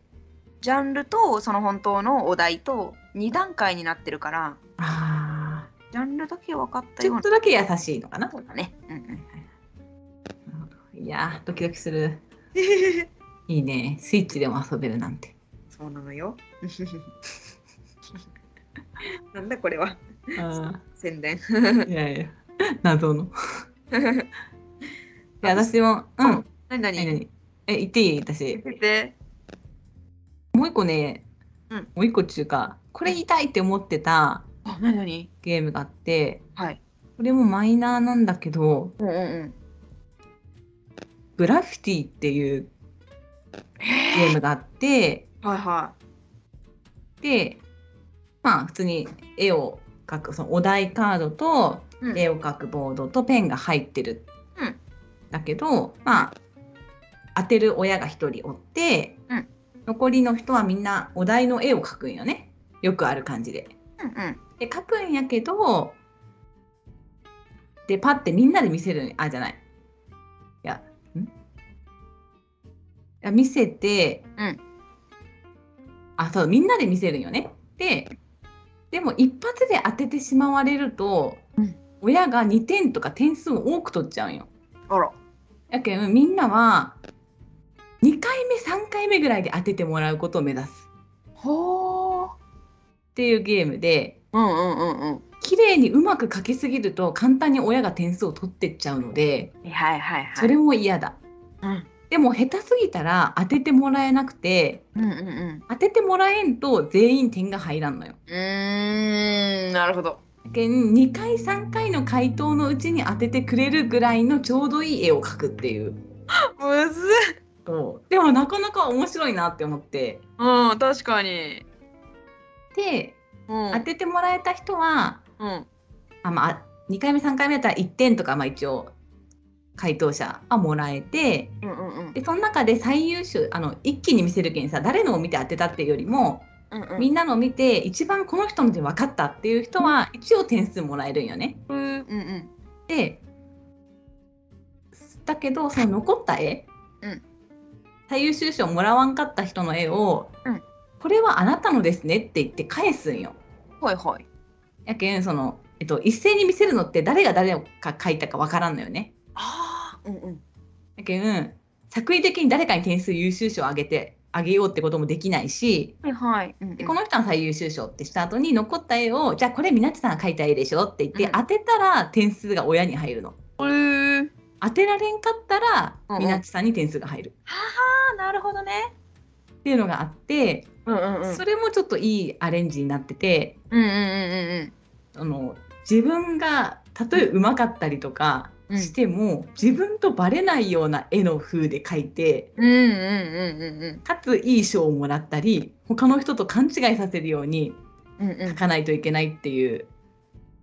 Speaker 1: ジャンルとその本当のお題と2段階になってるから、
Speaker 2: あ
Speaker 1: ジャンルだけ分かっ
Speaker 2: ー
Speaker 1: た
Speaker 2: ち
Speaker 1: よう
Speaker 2: ょっ
Speaker 1: な。
Speaker 2: とだけ優しいのかな
Speaker 1: そうだね。うんうん。
Speaker 2: いやードキドキするいいねスイッチでも遊べるなんて、
Speaker 1: そうなのよ。 なんだこれは。
Speaker 2: うん
Speaker 1: 宣伝。
Speaker 2: いやいや謎 のいや私もうん
Speaker 1: うん何何
Speaker 2: 何々え言っていい私
Speaker 1: 見て。
Speaker 2: もう一個ね、
Speaker 1: うん
Speaker 2: もう一個っていうかこれ言いたいって思ってた
Speaker 1: あ、何何
Speaker 2: ゲームがあって
Speaker 1: はい。
Speaker 2: これもマイナーなんだけど
Speaker 1: うんうんうん。
Speaker 2: グラフィティっていうゲームがあって
Speaker 1: はいは
Speaker 2: でまあ普通に絵を描くそのお題カードと
Speaker 1: い。うん
Speaker 2: 絵を描くボードとペンが入ってる、
Speaker 1: うん
Speaker 2: だけどまあ当てる親が1人おって、
Speaker 1: うん
Speaker 2: 残りの人はみんなお題の絵を描くんよねよくある感じで。
Speaker 1: うんうん。
Speaker 2: で書くんやけどでパッてみんなで見せるあじゃないいやんいや見せて、
Speaker 1: うん
Speaker 2: あそうみんなで見せるんよねででも一発で当ててしまわれると、
Speaker 1: うん
Speaker 2: 親が2点とか点数を多く取っちゃうんよ
Speaker 1: あら。
Speaker 2: やけんみんなは2回目3回目ぐらいで当ててもらうことを目指す
Speaker 1: ほー。
Speaker 2: っていうゲームで
Speaker 1: うんうんうんうん。
Speaker 2: 綺麗にうまく書きすぎると簡単に親が点数を取ってっちゃうので
Speaker 1: はいはいはい。
Speaker 2: それも嫌だ、
Speaker 1: うん
Speaker 2: でも下手すぎたら当ててもらえなくて
Speaker 1: うんうんうん。
Speaker 2: 当ててもらえんと全員点が入らんのよ。
Speaker 1: うーん、なるほど。
Speaker 2: だけん2回3回の回答のうちに当ててくれるぐらいのちょうどいい絵を描くっていう
Speaker 1: むず
Speaker 2: そうでもなかなか面白いなって思って
Speaker 1: うん、確かに。
Speaker 2: で
Speaker 1: うん
Speaker 2: 当ててもらえた人は
Speaker 1: うん。
Speaker 2: あ、まあ、2回目3回目だったら1点とか、まあ、一応回答者はもらえて
Speaker 1: うんうんうん。
Speaker 2: でその中で最優秀あの一気に見せるけんさ誰のを見て当てたっていうよりも、
Speaker 1: うんう
Speaker 2: みんなのを見て一番この人ので分かったっていう人は一応点数もらえるんよね。
Speaker 1: うんうん。
Speaker 2: でだけどその残った絵、
Speaker 1: うん
Speaker 2: 最優秀賞もらわんかった人の絵を、
Speaker 1: うん
Speaker 2: これはあなたのですね」って言って返すんよ。
Speaker 1: ほいほい。
Speaker 2: やけんその、えっと、一斉に見せるのって誰が誰か書いたか分からんのよね。
Speaker 1: ああ。うんうん。
Speaker 2: だけど、うん、作為的に誰かに点数優秀賞をあげてあげようってこともできないし
Speaker 1: はいはい。うんうん
Speaker 2: でこの人の最優秀賞ってした後に残った絵をじゃあこれみなちさんが描いた絵でしょって言って、
Speaker 1: うん
Speaker 2: 当てたら点数が親に入るの
Speaker 1: これ。は
Speaker 2: 当てられんかったら
Speaker 1: うんうん
Speaker 2: みなちさんに点数が入る
Speaker 1: あ、なるほどね。
Speaker 2: っていうのがあって、
Speaker 1: うんうんうん。
Speaker 2: それもちょっといいアレンジになってて
Speaker 1: うんうんうん
Speaker 2: あの自分がたとえうまかったりとか
Speaker 1: うん
Speaker 2: しても、自分とバレないような絵の風で描いて
Speaker 1: うん。うんうんうんうん
Speaker 2: かついい賞をもらったり他の人と勘違いさせるように
Speaker 1: うん。うんう
Speaker 2: 書
Speaker 1: ん。
Speaker 2: かないといけないっていう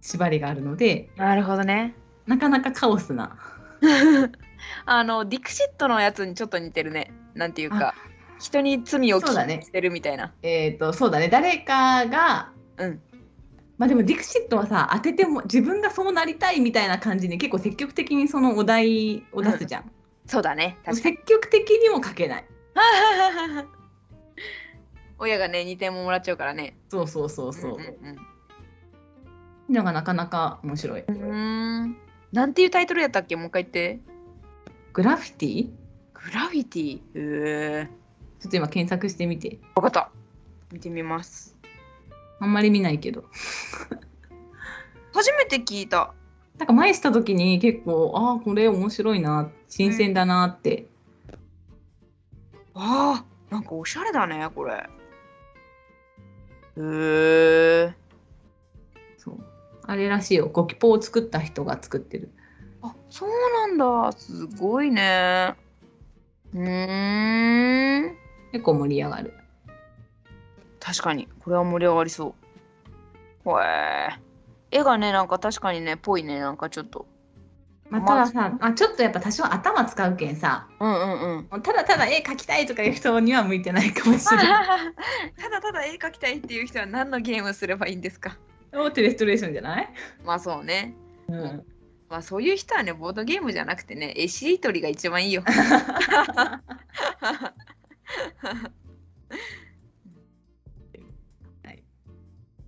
Speaker 2: 縛りがあるので
Speaker 1: なるほどね。
Speaker 2: なかなかカオスな
Speaker 1: あのディクシットのやつにちょっと似てるね。なんていうか、人に罪を
Speaker 2: そうだね
Speaker 1: してるみたいな。
Speaker 2: えっ、とそうだね誰かが
Speaker 1: うん
Speaker 2: まあでもディクシットはさ当てても自分がそうなりたいみたいな感じで結構積極的にそのお題を出すじゃん、
Speaker 1: そうだね。確かに。
Speaker 2: 積極的にも書けない
Speaker 1: 親がね、2点ももらっちゃうからね。
Speaker 2: そうそうそうそう、
Speaker 1: んん
Speaker 2: のがなかなか面白い
Speaker 1: うんうーん。なんていうタイトルやったっけもう一回言って。
Speaker 2: グラフィティ
Speaker 1: グラフィティ。へえ。
Speaker 2: ちょっと今検索してみて
Speaker 1: わかった。見てみます。
Speaker 2: あんまり見ないけど
Speaker 1: 初めて聞いた。
Speaker 2: なんか前した時に結構ああこれ面白いな新鮮だなって、
Speaker 1: ああ、なんかおしゃれだね、これ。へえ。
Speaker 2: そうあれらしいよゴキポを作った人が作ってる
Speaker 1: あ、そうなんだ。すごいね。うーん。
Speaker 2: 結構盛り上がる
Speaker 1: 確かに、これは盛り上がりそう。へえ。絵がね、なんか確かにね、ぽいね、なんかちょっと。
Speaker 2: まあ、たださあちょっとやっぱ多少頭使うけんさ
Speaker 1: うんうんうん。
Speaker 2: もうただただ絵描きたいとかいう人には向いてないかも しれ ない
Speaker 1: ただただ絵描きたいっていう人は何のゲームすればいいんですか
Speaker 2: もうテレストレーションじゃない、
Speaker 1: まあそうね。
Speaker 2: うん、
Speaker 1: まあそういう人はね、ボードゲームじゃなくてね、絵しりとりが一番いいよ。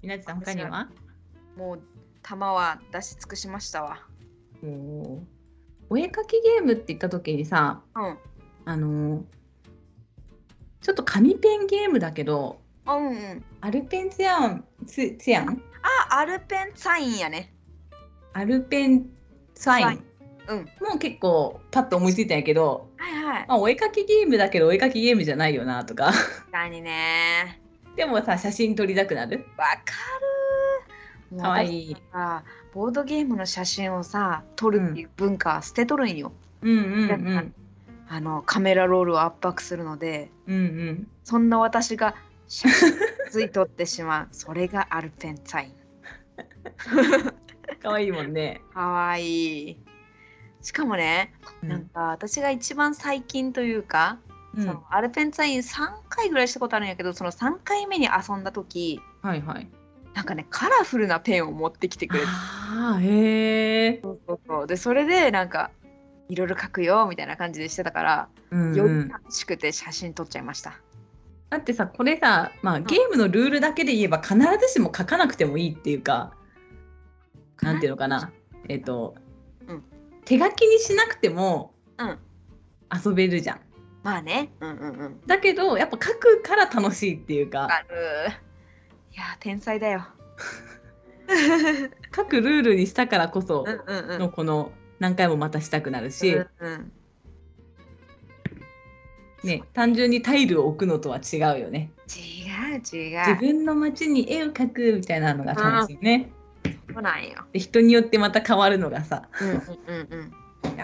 Speaker 2: みなちさん他には
Speaker 1: もう玉は出し尽くしましたわ。
Speaker 2: おお絵描きゲームって言った時にさ
Speaker 1: うん。
Speaker 2: あのーちょっと紙ペンゲームだけど
Speaker 1: あ、うんうん。
Speaker 2: アルペンツヤンツツヤン
Speaker 1: あ、アルペンサインやね。
Speaker 2: アルペンサイン、
Speaker 1: サインうん。
Speaker 2: もう結構パッと思いついたんやけど、
Speaker 1: はいはい。
Speaker 2: まあ、お絵描きゲームだけどお絵描きゲームじゃないよなとか
Speaker 1: 確かにね。
Speaker 2: でもさ写真撮りたくなる
Speaker 1: わかる。
Speaker 2: かわい
Speaker 1: い。
Speaker 2: い
Speaker 1: あボードゲームの写真をさ撮るっていう文化は捨てとるんよ、
Speaker 2: うんうんう
Speaker 1: だから
Speaker 2: ん
Speaker 1: あのカメラロールを圧迫するので
Speaker 2: うんうん
Speaker 1: そんな私が写真をつい取ってしま うそれがアルペンサイン
Speaker 2: 可愛いもんね、
Speaker 1: かわいいしかもね、
Speaker 2: うん
Speaker 1: なんか私が一番最近というか、
Speaker 2: うん
Speaker 1: そのアルペンサイン3回ぐらいしたことあるんやけどその3回目に遊んだ時
Speaker 2: はいはい
Speaker 1: なんかねカラフルなペンを持ってきてくれて
Speaker 2: ああへえ、
Speaker 1: そうでそれでなんかいろいろ書くよみたいな感じでしてたから、
Speaker 2: うんうん
Speaker 1: より楽しくて写真撮っちゃいました。
Speaker 2: だってさこれさ、まあ、ゲームのルールだけで言えば必ずしも書かなくてもいいっていうかなんていうのかなえっ、と、
Speaker 1: うん
Speaker 2: 手書きにしなくても
Speaker 1: うん
Speaker 2: 遊べるじゃん。
Speaker 1: まあね。うんうんうん。
Speaker 2: だけどやっぱ書くから楽しいっていう
Speaker 1: わ
Speaker 2: か
Speaker 1: かる。いやー天才 だよ。
Speaker 2: 書くルールにしたからこそ
Speaker 1: うんうんうん。
Speaker 2: のこの何回もまたしたくなるし、
Speaker 1: うんうん
Speaker 2: ね、単純にタイルを置くのとは違うよね。
Speaker 1: 違う違
Speaker 2: 自
Speaker 1: う。
Speaker 2: 分の街に絵を描くみたいなのが楽しいね。
Speaker 1: そうなんよ。
Speaker 2: で人によってまた変わるのがさ。
Speaker 1: うんうんうんうん。い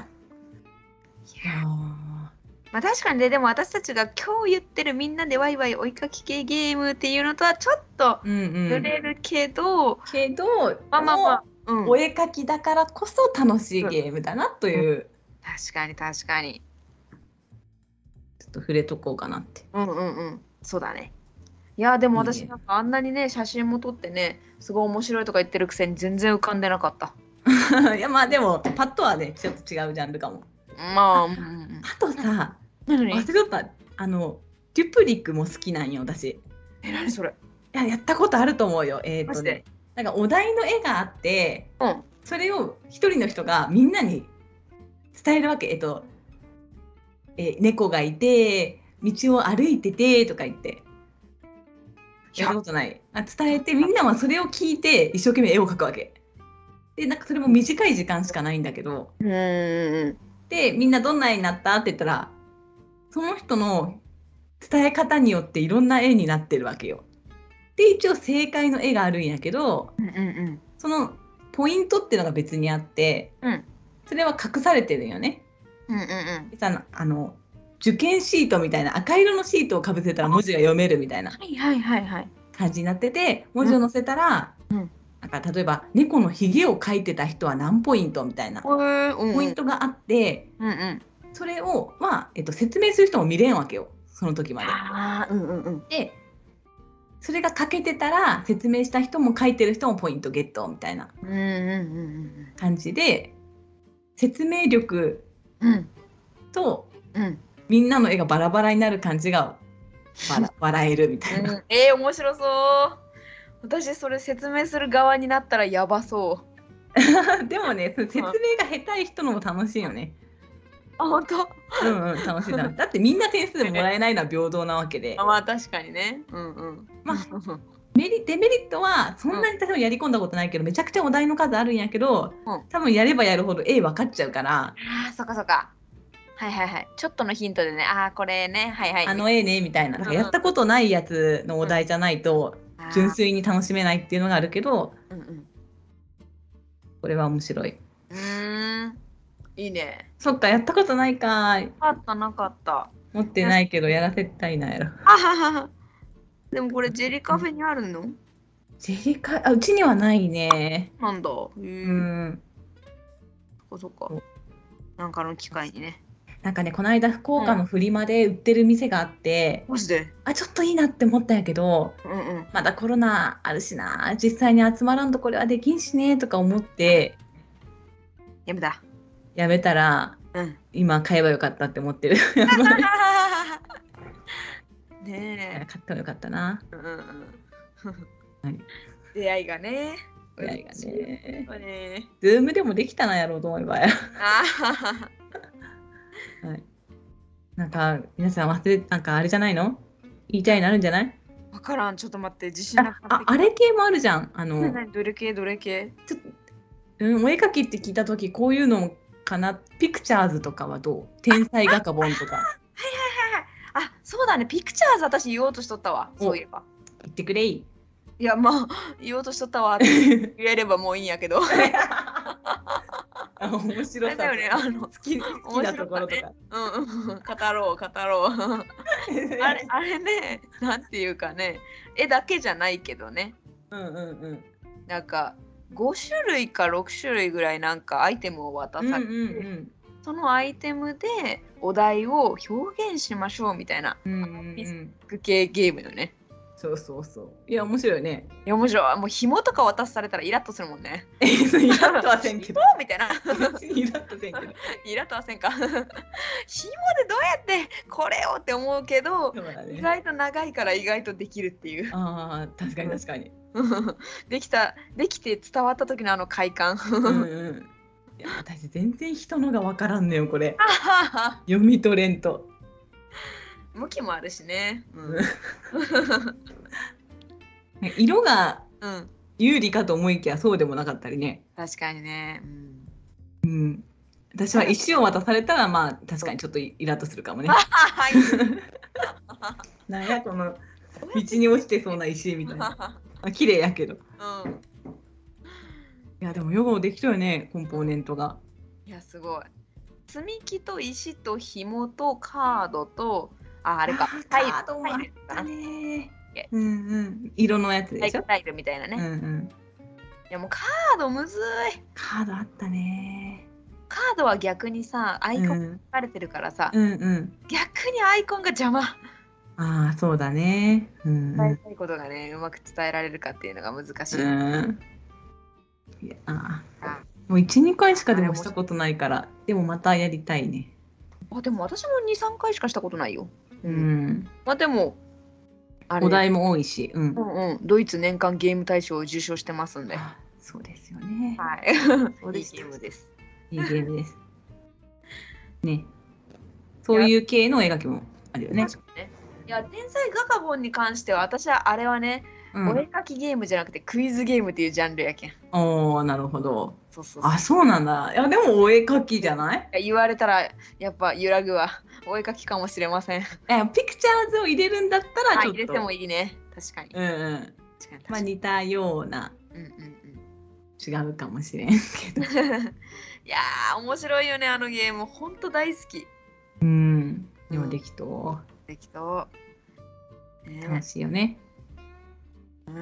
Speaker 1: や
Speaker 2: あ
Speaker 1: まあ確かにねでも私たちが今日言ってるみんなでワイワイ追いかき系ゲームっていうのとはちょっと
Speaker 2: ーうんう
Speaker 1: ず
Speaker 2: ん、
Speaker 1: れるけど、
Speaker 2: けど、
Speaker 1: まあまあまあ、うん、
Speaker 2: お
Speaker 1: 確
Speaker 2: 絵描きだからこそ楽しいゲームだなという、
Speaker 1: かに確かに
Speaker 2: ちょっと触れとこうかなって。
Speaker 1: うんうんうんそうだねいやでも
Speaker 2: いい
Speaker 1: 私
Speaker 2: ね
Speaker 1: なんかあんなにね写真も撮ってねすごい面白いとか言ってるくせに全然浮かんでなかった
Speaker 2: いやまあでもパッとはねちょっと違うジャンルかも。
Speaker 1: まあ、うんうんうん、
Speaker 2: あとさ
Speaker 1: 何
Speaker 2: 忘れとったあのデュプリックも好きなんよ私。い
Speaker 1: え何それ
Speaker 2: ややったことあると思うよ。えっ、
Speaker 1: マ
Speaker 2: と
Speaker 1: ジ
Speaker 2: ね
Speaker 1: で
Speaker 2: なんかお題の絵があって
Speaker 1: うん
Speaker 2: それを一人の人がみんなに伝えるわけ。えっ、と、えー猫がいて道を歩いててとか言って。やったことないあ伝えてみんなはそれを聞いて一生懸命絵を描くわけでなんかそれも短い時間しかないんだけど
Speaker 1: うんうんうん
Speaker 2: でみんなどんな絵になったって言ったらその人の伝え方によっていろんな絵になってるわけよで一応正解の絵があるんやけど
Speaker 1: うんうん
Speaker 2: そのポイントっていうのが別にあって、
Speaker 1: うん
Speaker 2: それは隠されてるんよね
Speaker 1: うんうんうん
Speaker 2: でさあの受験シートみたいな赤色のシートをかぶせたら文字が読めるみたいな
Speaker 1: はいはいはいはい
Speaker 2: 感じになってて文字を載せたら、
Speaker 1: うん
Speaker 2: なんか例えば「猫のひげを描いてた人は何ポイント」みたいなポ
Speaker 1: うんう
Speaker 2: イン
Speaker 1: ん
Speaker 2: トがあって、
Speaker 1: うんうん
Speaker 2: それを、まあえっと、説明する人も見れんわけよその時ま
Speaker 1: あーうんうんうん
Speaker 2: で。でそれが書けてたら説明した人も書いてる人もポイントゲットみたいな
Speaker 1: うんうんうん
Speaker 2: 感じで説明力
Speaker 1: うんうん
Speaker 2: と
Speaker 1: うん
Speaker 2: みんなの絵がバラバラになる感じが 笑笑えるみたいな。
Speaker 1: うんえー、面白そう私それ説明する側になったらやばそう
Speaker 2: でもねその説明が下手い人のも楽しいよね。
Speaker 1: あ本当
Speaker 2: うんうん、楽 しいな。だってみんな点数もらえないのは平等なわけで
Speaker 1: あ、まあ確かにねうんうん
Speaker 2: まあ
Speaker 1: あ
Speaker 2: メリデメリットはそんなに多分やり込んだことないけど、めちゃくちゃお題の数あるんやけど
Speaker 1: うん、
Speaker 2: 多分やればやるほど A 分かっちゃうから、
Speaker 1: あーそっかそっかはいはいはいちょっとのヒントでねああこれねはいはい
Speaker 2: あの A ねみたいな、なんかやったことないやつのお題じゃないと
Speaker 1: あー
Speaker 2: 純粋に楽しめないっていうのがあるけど、
Speaker 1: うんうん
Speaker 2: これは面白い。
Speaker 1: うーんいいね
Speaker 2: そっか、やったことないかーい。
Speaker 1: なかったなかった
Speaker 2: 持ってないけどやらせたいなやろ。
Speaker 1: あはははでもこれジェリーカフェにあるの
Speaker 2: ジェリカ、あ、うちにはないね。
Speaker 1: なんだう
Speaker 2: うんん。
Speaker 1: そっかそっかなんかの機会にね
Speaker 2: なんかね、この間福岡のフリマで売ってる店があって、
Speaker 1: マジで
Speaker 2: あ、ちょっといいなって思ったんやけど、
Speaker 1: うんうん
Speaker 2: まだコロナあるしな実際に集まらんとこれはできんしねとか思って
Speaker 1: やめだ
Speaker 2: やめたら
Speaker 1: うん
Speaker 2: 今買えばよかったって思って る買
Speaker 1: ね
Speaker 2: ってもよかったな
Speaker 1: え、うんうん
Speaker 2: はい
Speaker 1: 出会いがね。
Speaker 2: 出会いがね
Speaker 1: 嬉しいよね。
Speaker 2: ズームでもできたなやろうと思えば
Speaker 1: ああ、
Speaker 2: なんか皆さん忘れなんかあれじゃないの言いたいのあるんじゃない
Speaker 1: わからん、ちょっと待って、自信なく
Speaker 2: あ
Speaker 1: なっ
Speaker 2: あ
Speaker 1: てきた
Speaker 2: あれ系もあるじゃんあの、
Speaker 1: 何々どれ系どれ系
Speaker 2: ちょっとうん、お絵描きって聞いた時こういうのかなピクチャーズとかはどう天才画家本とか
Speaker 1: あ、そうだね、ピクチャーズ私言おうとしとったわ、
Speaker 2: お
Speaker 1: そういえば。
Speaker 2: 言ってくれい
Speaker 1: いや、まあ、言おうとしとったわ って言えればもういいんやけど。あ
Speaker 2: あ面白
Speaker 1: れ
Speaker 2: さ
Speaker 1: だよね、 あの、
Speaker 2: 好き好きなところとか。
Speaker 1: うんうん、語ろう、語 ろう。あれ、あれね、なんていうかね、絵だけじゃないけどね、
Speaker 2: うんうんうん。
Speaker 1: なんか、5種類か6種類ぐらいなんかアイテムを渡
Speaker 2: うんう
Speaker 1: され
Speaker 2: ん
Speaker 1: て、そのアイテムでお題を表現しましょうみたいな
Speaker 2: うん。うんうんうん
Speaker 1: グ系ゲームよね。
Speaker 2: そうそうそう。いや、面白いよね。
Speaker 1: いや面白いもう紐とか渡されたらイラッとするもんね
Speaker 2: え、イラッとはせんけど。
Speaker 1: みたいな
Speaker 2: イラッとせんけど。
Speaker 1: イラッとはせんか 紐でどうやってこれをって思うけど
Speaker 2: そうだ
Speaker 1: 意
Speaker 2: ね。
Speaker 1: 外と長いから意外とできるっていう
Speaker 2: ああ、確かに確かに。
Speaker 1: できたできて伝わった時のあの快感
Speaker 2: うんうん。いや、私全然人のがわからんのよ、これ。読み取れんと。
Speaker 1: 向きもあるしねうん、
Speaker 2: 色が
Speaker 1: うん、
Speaker 2: 有利かと思いきや、そうでもなかったりね。
Speaker 1: 確かにね、うん、
Speaker 2: うん。私は石を渡されたら、まあ、確かにちょっとイラッとするかもね。
Speaker 1: はい
Speaker 2: なんや、この。 道に落ちてそうな石みたい な。あ綺麗やけど。
Speaker 1: うん
Speaker 2: いや、でも、ヨガもできたよね、コンポーネントが。
Speaker 1: いやすごい積み木と石と紐とカードとああれか
Speaker 2: あ
Speaker 1: タイル
Speaker 2: カードもあったね
Speaker 1: イル。
Speaker 2: うんうん。色のやつ
Speaker 1: タ
Speaker 2: で
Speaker 1: イ
Speaker 2: しょ
Speaker 1: ル。タイルみたいなね、
Speaker 2: うん
Speaker 1: い
Speaker 2: うん。
Speaker 1: やもうカードむずい
Speaker 2: カードあったね。
Speaker 1: カードは逆にさアイコン
Speaker 2: う
Speaker 1: 書
Speaker 2: ん
Speaker 1: かれてるからさ、
Speaker 2: うんうん。
Speaker 1: 逆にアイコンが邪魔
Speaker 2: ああ、そうだね。うん
Speaker 1: 伝え
Speaker 2: う
Speaker 1: たいことがねうまく伝えられるかっていうのが難しい、
Speaker 2: ん。うん。いやあーもう一二回しかでもしたことないから、でもまたやりたいね。
Speaker 1: あでも私も23回しかしたことないよ、
Speaker 2: うん。
Speaker 1: まあでもあれ
Speaker 2: お題も多いし、うん
Speaker 1: う。んうんドイツ年間ゲーム大賞を受賞してますんでは
Speaker 2: あそうですよね。
Speaker 1: い
Speaker 2: そう
Speaker 1: いい
Speaker 2: でした
Speaker 1: ゲームです
Speaker 2: いいゲー ムです。ね。そういう系の描きもあるよね。
Speaker 1: 確かにねいや天才ガカボンに関しては私はあれはね、
Speaker 2: うん
Speaker 1: お絵描きゲームじゃなくてクイズゲームっていうジャンルやけん
Speaker 2: おおなるほど。
Speaker 1: そうそうそう
Speaker 2: あそうなんだ。いやでもお絵描きじゃない
Speaker 1: いや言われたらやっぱ揺らぐわお絵描きかもしれませ ん
Speaker 2: えピクチャーズを入れるんだったら
Speaker 1: あ
Speaker 2: ち
Speaker 1: 入
Speaker 2: ょっと。
Speaker 1: れてもいいね確かに
Speaker 2: うんうん。
Speaker 1: 確かに確
Speaker 2: まあ
Speaker 1: かに、
Speaker 2: 似たような
Speaker 1: うんうんうん
Speaker 2: 違うかもしれんけど。
Speaker 1: いやー面白いよねあのゲームほんと大好き
Speaker 2: うん。でもできと
Speaker 1: 適当
Speaker 2: う
Speaker 1: ね
Speaker 2: 楽しいよね。
Speaker 1: うん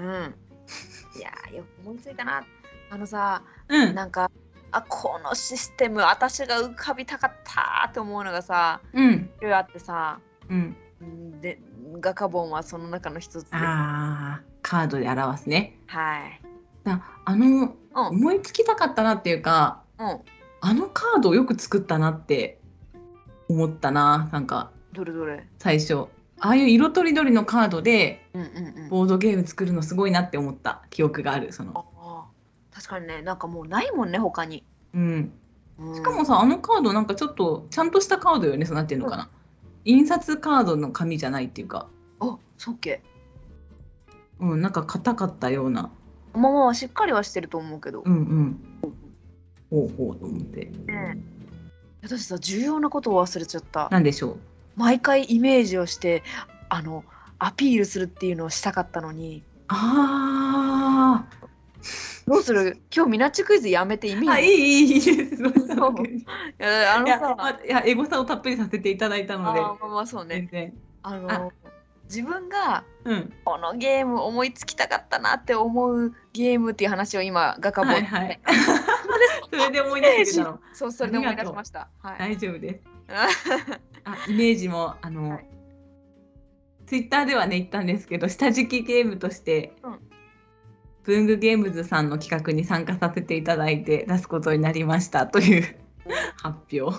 Speaker 1: いやーよく思いついたなあのさ
Speaker 2: うん。
Speaker 1: なんかあこのシステム私が浮かびたかったーって思うのがさ
Speaker 2: うん。
Speaker 1: いろいろあってさ
Speaker 2: うん。
Speaker 1: うんでガカボンはその中の一つでは
Speaker 2: ああカードで表すね。
Speaker 1: い
Speaker 2: だあの
Speaker 1: うん
Speaker 2: 思いつきたかったなっていうか
Speaker 1: うん
Speaker 2: あのカードをよく作ったなって思ったななんか
Speaker 1: どれどれ
Speaker 2: 最初。ああいう色とりどりのカードで
Speaker 1: うんうんうん
Speaker 2: ボードゲーム作るのすごいなって思った記憶があるその、
Speaker 1: あー確かにねなんかもうないもんね他に、
Speaker 2: うん、
Speaker 1: うん
Speaker 2: しかもさあのカードなんかちょっとちゃんとしたカードよねそうなってるのかな、印刷カードの紙じゃないっていうか、
Speaker 1: あそうっけ
Speaker 2: うん、なんか硬かったような
Speaker 1: まあまあしっかりはしてると思うけど、
Speaker 2: うんうんほうほうと思って
Speaker 1: ね私さ重要なことを忘れちゃった
Speaker 2: なんでしょ
Speaker 1: 毎回イメージをしてあのアピールするっていうのをしたかったのに
Speaker 2: うあー
Speaker 1: どうする今日ミナッチクイズやめてイメー
Speaker 2: あ
Speaker 1: ジ
Speaker 2: いいいいいいですごい
Speaker 1: そういやあ
Speaker 2: い
Speaker 1: の
Speaker 2: や
Speaker 1: さあ
Speaker 2: あいやエゴさをたっぷりさせていただいたので
Speaker 1: ーまあまあそうね
Speaker 2: 全然
Speaker 1: あの
Speaker 2: あ
Speaker 1: 自分が
Speaker 2: うん
Speaker 1: このゲーム思いつきたかったなって思うゲームっていう話を今ガカボン、
Speaker 2: はいはいそれで思い出してくれたの
Speaker 1: そうそれで思い出しましたはい、
Speaker 2: 大丈夫です あイメージもあの、
Speaker 1: はい
Speaker 2: ツイッターではね言ったんですけど下敷きゲームとして、
Speaker 1: うん
Speaker 2: 文具ゲームズさんの企画に参加させていただいて出すことになりましたという発表を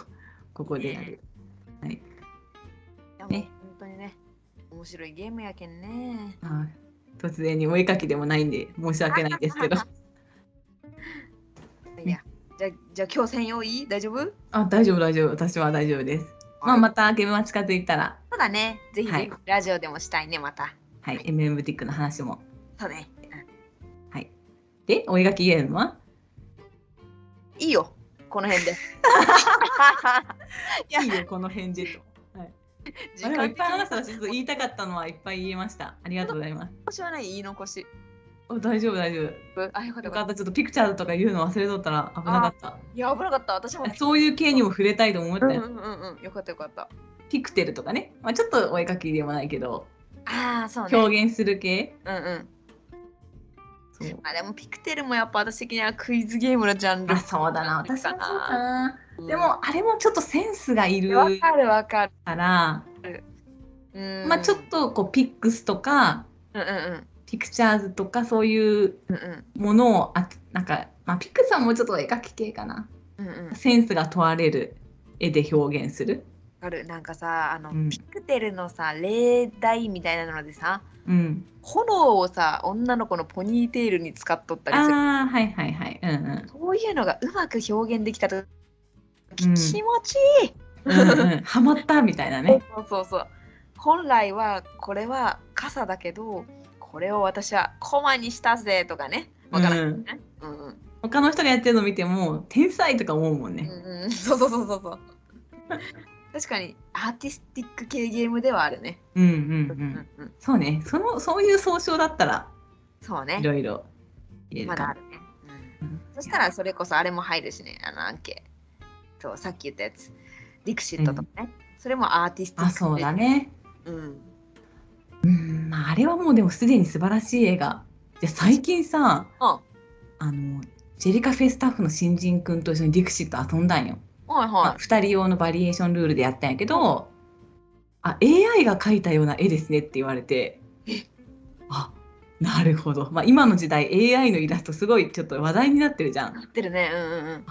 Speaker 2: ここでやる、
Speaker 1: いやもう
Speaker 2: ね
Speaker 1: 本当にね面白いゲームやけんね
Speaker 2: はい突然にお絵かきでもないんで申し訳ないんですけど
Speaker 1: いやじゃあじゃあ今日専用いい大丈夫
Speaker 2: あ大丈夫大丈夫私は大丈夫です、まあ、またゲームが近づいたら、
Speaker 1: そうだね。ぜひぜひ、
Speaker 2: はい
Speaker 1: ラジオでもしたいね、また。
Speaker 2: はい、MM ブティックの話も
Speaker 1: そうね。
Speaker 2: はいでお絵かきゲームはい
Speaker 1: いよ、この辺 で。いや
Speaker 2: いいよこの返事と。
Speaker 1: 時
Speaker 2: あでもいっぱい話した
Speaker 1: た
Speaker 2: らちょっと言いたかったのはいっぱい言えました。ありがとうございます。
Speaker 1: しはない言い残し。
Speaker 2: お大丈夫大丈夫。
Speaker 1: あ、よかった
Speaker 2: よ
Speaker 1: よ
Speaker 2: か
Speaker 1: かっ。
Speaker 2: ったちょっとピクチャーズとか言うの忘れとったら危なかった
Speaker 1: いや、危なかった。私も。
Speaker 2: た。そういう系にも触れたいと思っ
Speaker 1: う
Speaker 2: た
Speaker 1: んう
Speaker 2: よ。
Speaker 1: んうんうん。よかったよかった。
Speaker 2: ピクテルとかね、まあ、ちょっとお絵描きでもないけど、
Speaker 1: ああ、そうね。
Speaker 2: 表現する系。
Speaker 1: うんうん。
Speaker 2: そう
Speaker 1: あでもピクテルもやっぱ私的にはクイズゲームのジャンル。
Speaker 2: あそうだな私はそうかな。
Speaker 1: うん
Speaker 2: で。もあれもちょっとセンスがいる
Speaker 1: わかるわかる。
Speaker 2: から、
Speaker 1: うん
Speaker 2: まあ、ちょっとこうピックスとか
Speaker 1: うんうん
Speaker 2: ピクチャーズとかそういう
Speaker 1: うんうん
Speaker 2: ものをあなんか、まあ、ピクさんもちょっと絵描き系かな
Speaker 1: うんうん
Speaker 2: センスが問われる絵で表現する、
Speaker 1: あるなんかさあの、
Speaker 2: うん
Speaker 1: ピクテルのさ例題みたいなのでさ
Speaker 2: うん、
Speaker 1: 炎をさ女の子のポニーテールに使っとったりする
Speaker 2: ああはいはいはいうんうん
Speaker 1: そういうのがうまく表現できたとき、
Speaker 2: うん
Speaker 1: 気持ちいい、
Speaker 2: うん うんハマったみたいなね。
Speaker 1: そうそうそう本来はこれは傘だけどこれを私はコマにしたぜとかねわからん、
Speaker 2: うん、
Speaker 1: うんうん
Speaker 2: 他の人がやってるの見ても天才とか思うもんね。
Speaker 1: うんうん、そうそうそうそうそう確かにアーティスティック系ゲームではあるね、
Speaker 2: うんうん
Speaker 1: う
Speaker 2: うん。
Speaker 1: うんうん
Speaker 2: そうね。そのそういう総称だったら
Speaker 1: そう
Speaker 2: い
Speaker 1: ね
Speaker 2: ろいろ入れる
Speaker 1: まだあ
Speaker 2: か
Speaker 1: るね、
Speaker 2: も。
Speaker 1: うんそしたらそれこそあれも入るしねあのアンケそうさっき言ったやつディクシットとかね、それもアーティスティック
Speaker 2: あそうだね。
Speaker 1: うん
Speaker 2: うんまああれはもうでもすでに素晴らしい映画。じゃ最近さ
Speaker 1: あ
Speaker 2: あのジェリカフェスタッフの新人くんと一緒にディクシット遊んだん
Speaker 1: は
Speaker 2: よ。
Speaker 1: い
Speaker 2: まあ、
Speaker 1: は
Speaker 2: 2人用のバリエーションルールでやったんやけど、あ AI が描いたような絵ですねって言われてあなるほど、まあ、今の時代 AI のイラストすごいちょっと話題になってるじゃ
Speaker 1: い。
Speaker 2: ん
Speaker 1: 合ってるね。うんうんうん。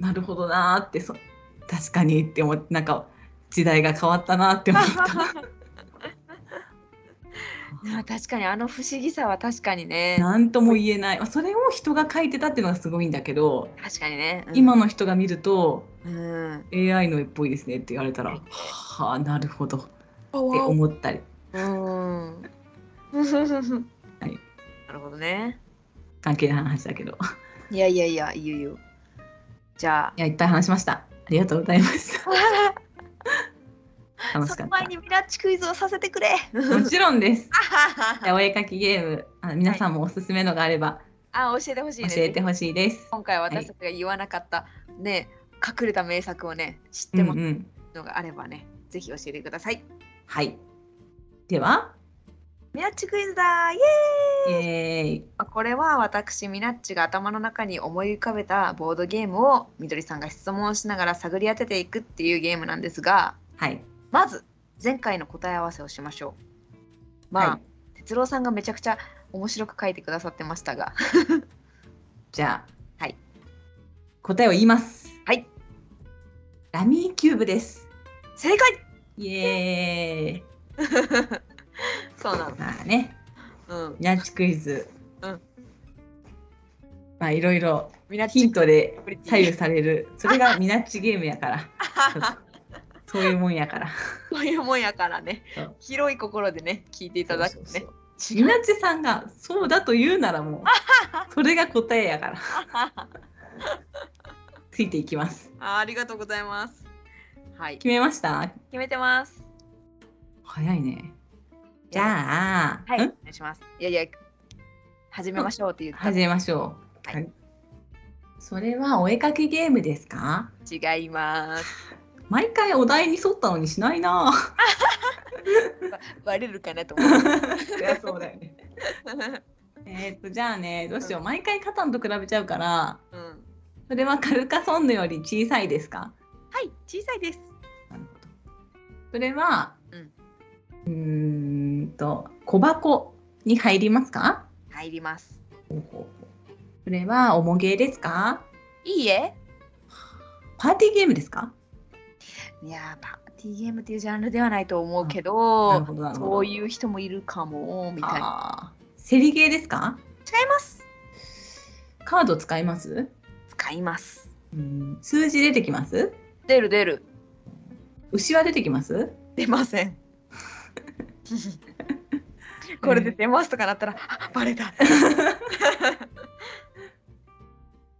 Speaker 2: なるほどなーってそ確かにって思ってなんか時代が変わったなーって思った
Speaker 1: あ確かにあの不思議さは確かにね。
Speaker 2: なんとも言えないまあそれを人が描いてたっていうのがすごいんだけど、
Speaker 1: 確かにね。うん、
Speaker 2: 今の人が見ると
Speaker 1: うん。
Speaker 2: AI の絵っぽいですねって言われたら、はあなるほどって思ったり
Speaker 1: うん。
Speaker 2: はい
Speaker 1: なるほどね。
Speaker 2: 関係ない話だけど。
Speaker 1: いやいやいや、いいよいいよ。じゃ
Speaker 2: いや、いっぱい話しました。ありがとうございました。
Speaker 1: あ、
Speaker 2: 楽し
Speaker 1: そ
Speaker 2: か
Speaker 1: の
Speaker 2: っ
Speaker 1: 前にミラッチクイズをさせてく れ。
Speaker 2: た。もちろんです。じゃあ
Speaker 1: あ
Speaker 2: お絵描きゲーム、あ皆さんもおすすめのがあれば
Speaker 1: あ、教えてほしい
Speaker 2: 教
Speaker 1: ね。
Speaker 2: えてほしいです。
Speaker 1: 今回私たちが言わなかった、ね、隠れた名作をね、知って
Speaker 2: うん
Speaker 1: も
Speaker 2: う。
Speaker 1: らうんのがあればね、ぜひ教えてください。
Speaker 2: はい。では、
Speaker 1: ミラッチクイズだイエーイ
Speaker 2: イエーイ。
Speaker 1: まあこれは私ミナッチが頭の中に思い浮かべたボードゲームをみどりさんが質問をしながら探り当てていくっていうゲームなんですが
Speaker 2: はい。
Speaker 1: まず前回の答え合わせをしましょう。まあ、
Speaker 2: はい
Speaker 1: 哲郎さんがめちゃくちゃ面白く書いてくださってましたが
Speaker 2: じゃあ、
Speaker 1: はい。
Speaker 2: 答えを言います。
Speaker 1: はい。
Speaker 2: ラミーキューブです。
Speaker 1: 正解
Speaker 2: イエーイ。
Speaker 1: そうなの。
Speaker 2: まあね、
Speaker 1: うん、
Speaker 2: ニャンチクイズ。
Speaker 1: うん。
Speaker 2: まあいろいろ
Speaker 1: ミナッ
Speaker 2: ヒ
Speaker 1: チ
Speaker 2: ントで
Speaker 1: クイズ
Speaker 2: 左右される。それがミナッチゲームやから。そういうもんやから。
Speaker 1: そういうもんやからね
Speaker 2: そう
Speaker 1: 広い心でね聞いていただくとね。
Speaker 2: そうそうそう。みなちさんがそうだと言うならもう、それが答えやから。 ついていきます。
Speaker 1: あありがとうございます。はい
Speaker 2: 決めました
Speaker 1: 決めてます。
Speaker 2: 早いね。じゃあ、
Speaker 1: はい、お
Speaker 2: ん
Speaker 1: 願いします。いやいや、始めましょうって言った
Speaker 2: 始めましょう。
Speaker 1: はい
Speaker 2: それはお絵かきゲームですか
Speaker 1: 違います。
Speaker 2: 毎回お題に沿ったのにしないなぁ。
Speaker 1: バレるかなと思う。
Speaker 2: そりゃそうだよね。えっと、じゃあね、どうしよう。毎回カタンと比べちゃうから、
Speaker 1: うん、
Speaker 2: それはカルカソンヌより小さいですか
Speaker 1: はい、小さいです。
Speaker 2: なるほど。それは、
Speaker 1: うん
Speaker 2: うーんと、小箱に入りますか
Speaker 1: 入ります。
Speaker 2: それは、おもげですか
Speaker 1: いいえ。
Speaker 2: パーティーゲームですか
Speaker 1: いやー、パーティーゲームっていうジャンルではないと思うけ
Speaker 2: な
Speaker 1: ど
Speaker 2: る、ほど、なるほど。
Speaker 1: そういう人もいるかも、みたいな。
Speaker 2: あーセリゲーですか
Speaker 1: 違います。
Speaker 2: カード使います
Speaker 1: 使います。
Speaker 2: うん数字出てきます
Speaker 1: 出る出る。
Speaker 2: 牛は出てきます
Speaker 1: 出ませ ん。これで出ますとかなったら、あバレ た。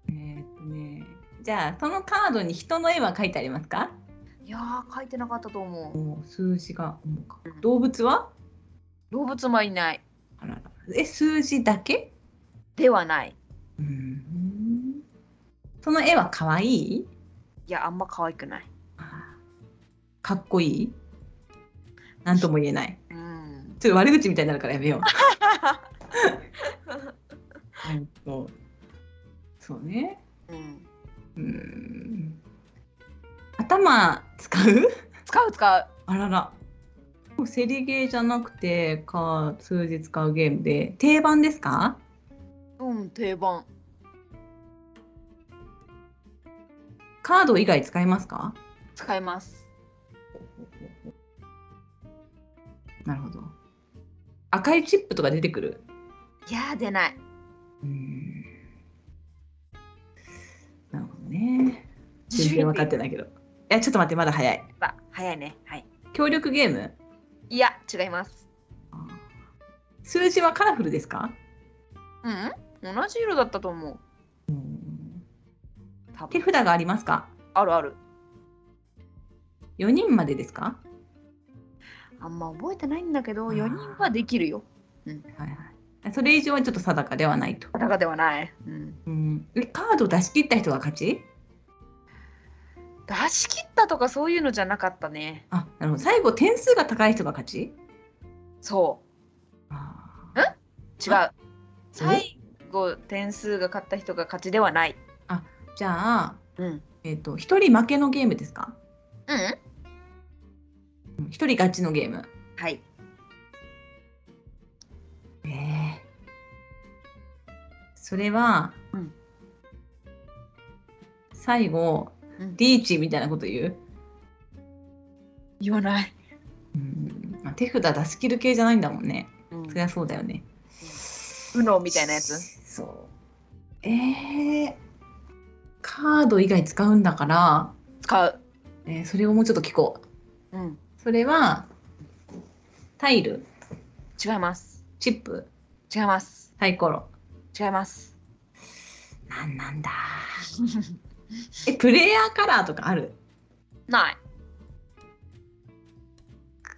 Speaker 2: えーっとね、じゃあ、そのカードに人の絵は描いてありますか
Speaker 1: いやー、書いてなかったと思う。
Speaker 2: お数字が重か。動物は
Speaker 1: 動物もいない。
Speaker 2: あららえ、数字だけ
Speaker 1: ではない。
Speaker 2: うんその絵は可愛い
Speaker 1: いや、あんま可愛くない。
Speaker 2: かっこいいなんとも言えない。
Speaker 1: うん。
Speaker 2: ちょっと悪口みたいになるからやめよう。うんとそうね。
Speaker 1: うん
Speaker 2: うん。頭使う
Speaker 1: 使う使う。
Speaker 2: あらら。セリゲーじゃなくてか数日使うゲームで定番ですか
Speaker 1: うん、定番。
Speaker 2: カード以外使いますか
Speaker 1: 使います。
Speaker 2: なるほど赤いチップとか出てくる
Speaker 1: いやー、出ない。
Speaker 2: うんなるほどね全然分かってないけどいやちょっと待ってまだ早い
Speaker 1: あ早いね。はい。
Speaker 2: 協力ゲーム
Speaker 1: いや、違います。
Speaker 2: 数字はカラフルですか
Speaker 1: うん同じ色だったと思う。多
Speaker 2: 手
Speaker 1: 分
Speaker 2: 札がありますか
Speaker 1: あるある。
Speaker 2: 4人までですか
Speaker 1: あんま覚えてないんだけど、
Speaker 2: ー
Speaker 1: 4人はできるよ。
Speaker 2: はいはいそれ以上はちょっと定かではないと、
Speaker 1: ただかではない。うん、
Speaker 2: うん、えカード出し切った人が勝ち
Speaker 1: 出し切ったとかそういうのじゃなかったね。
Speaker 2: あなるほど最後点数が高い人が勝ち
Speaker 1: そ
Speaker 2: あ
Speaker 1: う。違う。最後、点数が勝った人が勝ちではない。
Speaker 2: ーじゃあ、
Speaker 1: うん。うん
Speaker 2: えっと1人負けのゲームですかうん1人勝ちのゲーム
Speaker 1: はい。
Speaker 2: ええそれは、
Speaker 1: うん
Speaker 2: 最後
Speaker 1: うん
Speaker 2: リーチみたいなこと言う、
Speaker 1: 言わない。
Speaker 2: うんまあ、手札出し切る系じゃないんだもんね
Speaker 1: うん
Speaker 2: そりゃそうだよね。
Speaker 1: うのみたいなやつ。
Speaker 2: そう。えー、カード以外使うんだから、
Speaker 1: 使う。
Speaker 2: えーそれをもうちょっと聞こう。
Speaker 1: うん。
Speaker 2: それは、タイル、
Speaker 1: 違います。
Speaker 2: チップ、
Speaker 1: 違います。
Speaker 2: サイコロ。
Speaker 1: 違います。
Speaker 2: なんな んだ。え、プレイヤーカラーとかある
Speaker 1: ない。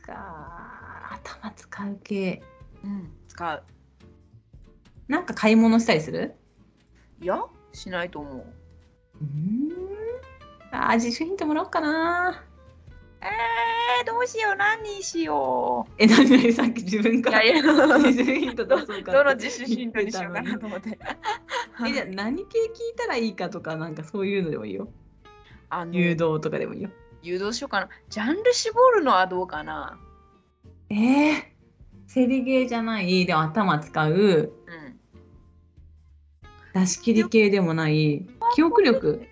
Speaker 2: か頭使う系。
Speaker 1: うん。使う。
Speaker 2: なんか買い物したりする
Speaker 1: いや、しないと思う。
Speaker 2: うーん。あー、自主ヒントもらおうかな。
Speaker 1: えー、どうしよう、何にしよ
Speaker 2: え、なになにさっき自分
Speaker 1: う。
Speaker 2: から
Speaker 1: いや、ど
Speaker 2: 自主ヒント出そう かな
Speaker 1: の自主ヒントにしようかなと思って。
Speaker 2: えじゃあ何系聞いたらいいかとかなんかそういうのでもいいよ
Speaker 1: あの
Speaker 2: 誘
Speaker 1: 誘導
Speaker 2: 導とかでもいいよ
Speaker 1: しようかな。ジャンル絞るのはどうかな。
Speaker 2: えー、セリゲーじゃないでも頭使う
Speaker 1: うん。
Speaker 2: 出し切り系でもない記憶力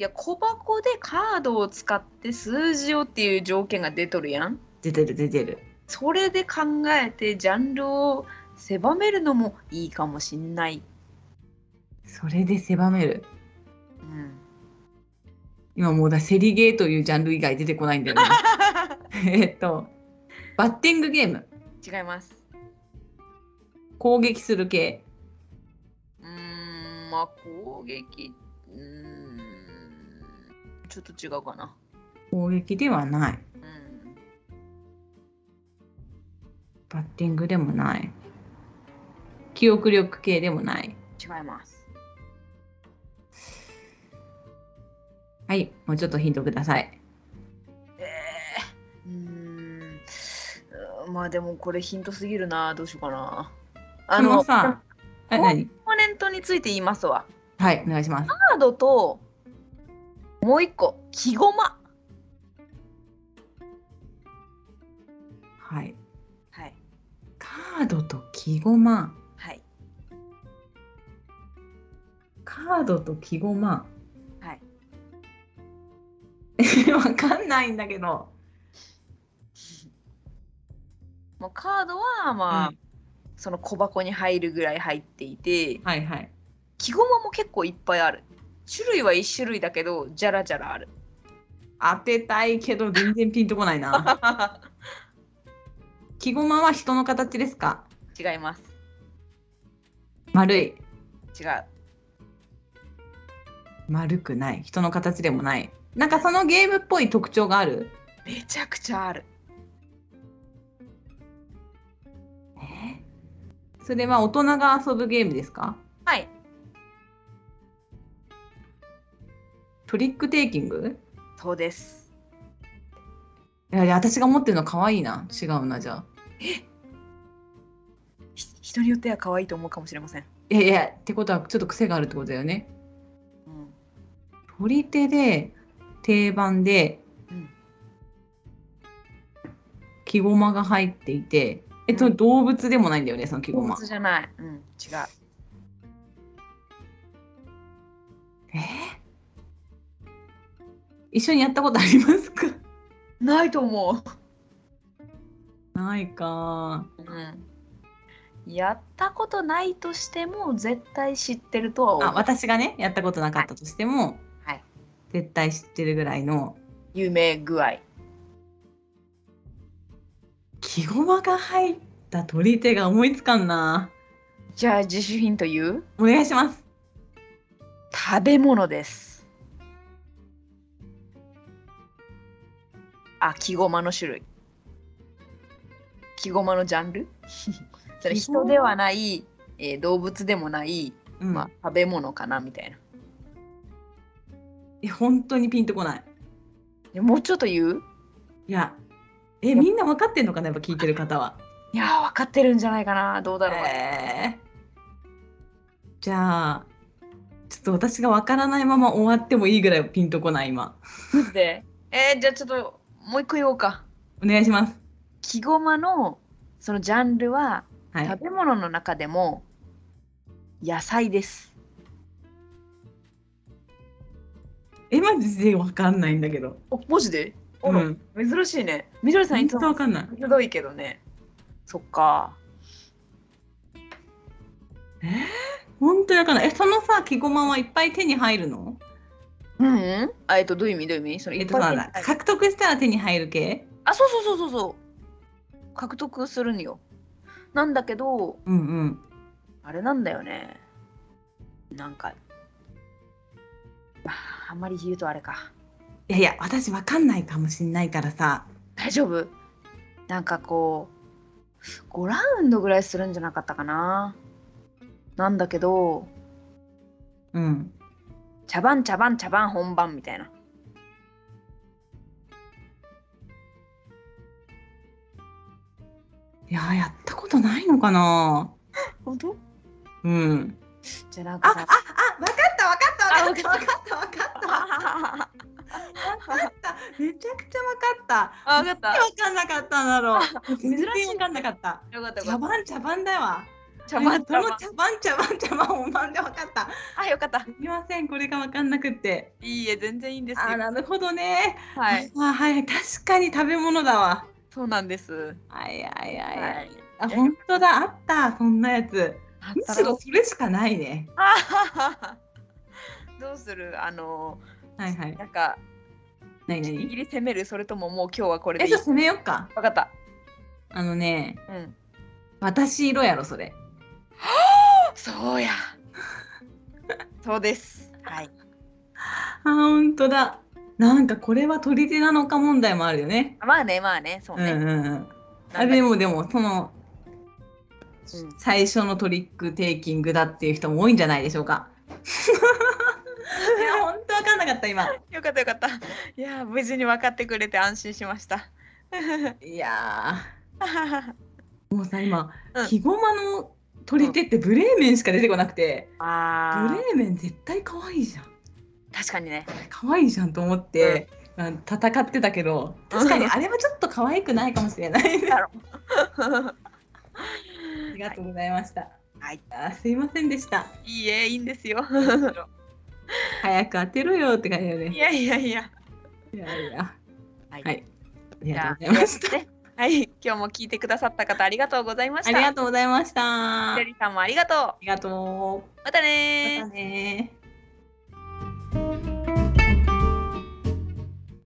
Speaker 1: いや、小箱でカードを使って数字をっていう条件が出とるやん。
Speaker 2: 出てる出てる
Speaker 1: それで考えてジャンルを狭めるのもいいかもしんない。
Speaker 2: それで狭める
Speaker 1: うん。
Speaker 2: 今もうだセリゲーというジャンル以外出てこないんだよ ねえっとバッティングゲーム
Speaker 1: 違います。
Speaker 2: 攻撃する系
Speaker 1: うーん、まあ攻撃、うーん、ちょっと違うかな。
Speaker 2: 攻撃ではない
Speaker 1: うん。
Speaker 2: バッティングでもない記憶力系でもない
Speaker 1: 違います。
Speaker 2: はいもうちょっとヒントください
Speaker 1: えー、うーんうーんまあでもこれヒントすぎるなどうしようかなあ
Speaker 2: あの
Speaker 1: の
Speaker 2: さ、
Speaker 1: こ
Speaker 2: あ
Speaker 1: う
Speaker 2: 何
Speaker 1: コンポーネントについて言いますわ
Speaker 2: はい、お願いします。
Speaker 1: カードともう一個木駒
Speaker 2: はい。
Speaker 1: はい
Speaker 2: カードと木駒。
Speaker 1: はい
Speaker 2: カードと木駒。
Speaker 1: はい。
Speaker 2: わかんないんだけど。
Speaker 1: もうカードはまあ、
Speaker 2: うん
Speaker 1: その小箱に入るぐらい入っていて
Speaker 2: はいはい。
Speaker 1: 木駒も結構いっぱいある種類は1種類だけどジャラジャラある
Speaker 2: 当てたいけど全然ピンとこないな。 木駒は人の形ですか
Speaker 1: 違います
Speaker 2: 丸い。
Speaker 1: 違う
Speaker 2: 丸くない。人の形でもない。なんかそのゲームっぽい特徴がある。
Speaker 1: めちゃくちゃある
Speaker 2: えそれは大人が遊ぶゲームですか
Speaker 1: はい
Speaker 2: トリックテイキング
Speaker 1: そうです
Speaker 2: いやいや、私が持ってるの可愛いな。違うな、じゃあ。
Speaker 1: ひ人によっては可愛いと思うかもしれません。
Speaker 2: いやいや、ってことはちょっと癖があるってことだよね。
Speaker 1: うん、
Speaker 2: 取り手で定番で、
Speaker 1: うん
Speaker 2: 木ごまが入っていて、えっと、
Speaker 1: うん
Speaker 2: 動物でもないんだよね、その木ご
Speaker 1: 動
Speaker 2: ま。
Speaker 1: 物じゃない。うん、違う。
Speaker 2: えー一緒にやったことありま すか
Speaker 1: ないと思
Speaker 2: ないか
Speaker 1: う。うん。やったことないとしても、絶対知ってるとは
Speaker 2: あ
Speaker 1: 思う。
Speaker 2: 私がねやったことなかったとしても、
Speaker 1: はい
Speaker 2: 絶対知ってるぐらいの
Speaker 1: 有名具合。
Speaker 2: 木ごまが入った取り手が思いつかんな
Speaker 1: じゃあ、自主ヒント言う
Speaker 2: お願いします
Speaker 1: 食べ物です。あ、木ごまの種類。木ごまのジャンル それ
Speaker 2: 木駒
Speaker 1: 人ではない、えー動物でもない、
Speaker 2: うん
Speaker 1: まあ、食べ物かなみたいな。
Speaker 2: え本当にピンとこない
Speaker 1: えもうちょっと言う
Speaker 2: いやえみんな分かってんのかなやっぱ聞いてる方はい
Speaker 1: やー、分かってるんじゃないかな。どうだろうね。
Speaker 2: えーじゃあちょっと私が分からないまま終わってもいいぐらいピンとこない今
Speaker 1: マジでえーじゃあちょっともう一個言おうか。
Speaker 2: お願いします
Speaker 1: 木ごまのそのジャンルは、
Speaker 2: はい
Speaker 1: 食べ物の中でも野菜です。
Speaker 2: えマジで分かんないんだけど
Speaker 1: お、マジで
Speaker 2: う
Speaker 1: あら
Speaker 2: ん
Speaker 1: 珍しいね。みどりさんい
Speaker 2: 本
Speaker 1: つ
Speaker 2: 当
Speaker 1: も
Speaker 2: 分かんない
Speaker 1: 鋭いけどね。そっか。
Speaker 2: 本当に分かんないえそのさ木ごまはいっぱい手に入るの
Speaker 1: うん、うん、あえっとどういう意味どういう意味その
Speaker 2: えっ
Speaker 1: 一
Speaker 2: と
Speaker 1: 般
Speaker 2: さ
Speaker 1: 的な
Speaker 2: 獲得したら手に入る系
Speaker 1: あそうそうそうそうそう獲得するんよ。なんだけど
Speaker 2: うんうん
Speaker 1: あれなんだよね。なんかああんまり言うとあれか。
Speaker 2: いやいや私分かんないかもしんないからさ
Speaker 1: 大丈夫なんかこう5ラウンドぐらいするんじゃなかったかな。なんだけど
Speaker 2: うん
Speaker 1: 茶番茶番茶番本番みたいな。
Speaker 2: いややったことないのかな
Speaker 1: 本当
Speaker 2: うん
Speaker 1: じゃあなん
Speaker 2: あ
Speaker 1: か
Speaker 2: ああ
Speaker 1: さ
Speaker 2: 分かった分かった分かった分かった分かっ
Speaker 1: あ
Speaker 2: ためちゃくちゃ分かっ
Speaker 1: あ、分かった
Speaker 2: た。分かんなかったんだろう
Speaker 1: 珍しい
Speaker 2: 全然分かんなかった
Speaker 1: よかった
Speaker 2: 茶
Speaker 1: よか っ
Speaker 2: 番茶番だわ
Speaker 1: た。茶番
Speaker 2: この茶番茶番茶番本番で分かった
Speaker 1: あ、よかった
Speaker 2: す。みませんこれが分かんなくって
Speaker 1: いいえ、全然いいんです
Speaker 2: あー
Speaker 1: よ。
Speaker 2: なるほどね
Speaker 1: はい、
Speaker 2: あはい確かに食べ物だわ
Speaker 1: そうなんです。
Speaker 2: はいはいは、
Speaker 1: はい
Speaker 2: はい、。あ本当だあったそんなやつむしろそれしかないね
Speaker 1: あはははどうするあの、
Speaker 2: はいはい
Speaker 1: なんか、
Speaker 2: 何
Speaker 1: ギリギ
Speaker 2: 何
Speaker 1: リ攻めるそれとももう今日はこれで
Speaker 2: え
Speaker 1: いい。
Speaker 2: じゃあ
Speaker 1: 分
Speaker 2: 攻めよっか
Speaker 1: かった。
Speaker 2: あのね
Speaker 1: うん。
Speaker 2: 私色やろそれ
Speaker 1: そうや。そうです。はい。
Speaker 2: あ本当だなんかこれは取り手なのか問題もあるよね
Speaker 1: まあね、まあね、そう
Speaker 2: う
Speaker 1: ね。
Speaker 2: んうんうん
Speaker 1: な
Speaker 2: あ
Speaker 1: んだけ
Speaker 2: で
Speaker 1: ど
Speaker 2: もでもその
Speaker 1: うん
Speaker 2: 最初のトリックテイキングだっていう人も多いんじゃないでしょ うかいや本当わかんなかった今
Speaker 1: よかったよかった。いやー、無事に分かってくれて安心しま した。
Speaker 2: いやーもうさ今
Speaker 1: うん
Speaker 2: ヒゴマの取り手ってブレーメンしか出てこなくて、
Speaker 1: あ
Speaker 2: ブ
Speaker 1: ー
Speaker 2: レーメン絶対可愛いじゃん
Speaker 1: 確かにね。
Speaker 2: 可愛いじゃんと思って、あの戦ってたけど確かにあれはちょっと可愛くないかもしれないね
Speaker 1: だろ
Speaker 2: ありがとうございました、
Speaker 1: はい
Speaker 2: あすいませんでした
Speaker 1: いいえ、いいんですよ。
Speaker 2: 早く当てろよって感じだよ
Speaker 1: い
Speaker 2: ね
Speaker 1: やいやいや。
Speaker 2: いやいや
Speaker 1: はい
Speaker 2: はいあり
Speaker 1: じゃ
Speaker 2: が
Speaker 1: あ
Speaker 2: とうございました
Speaker 1: ねはい、今日も聞いてくださった方ありがとうございました。
Speaker 2: ありがとうございましたあ
Speaker 1: テリーさんもありがと
Speaker 2: りがとう
Speaker 1: う。またねー
Speaker 2: またね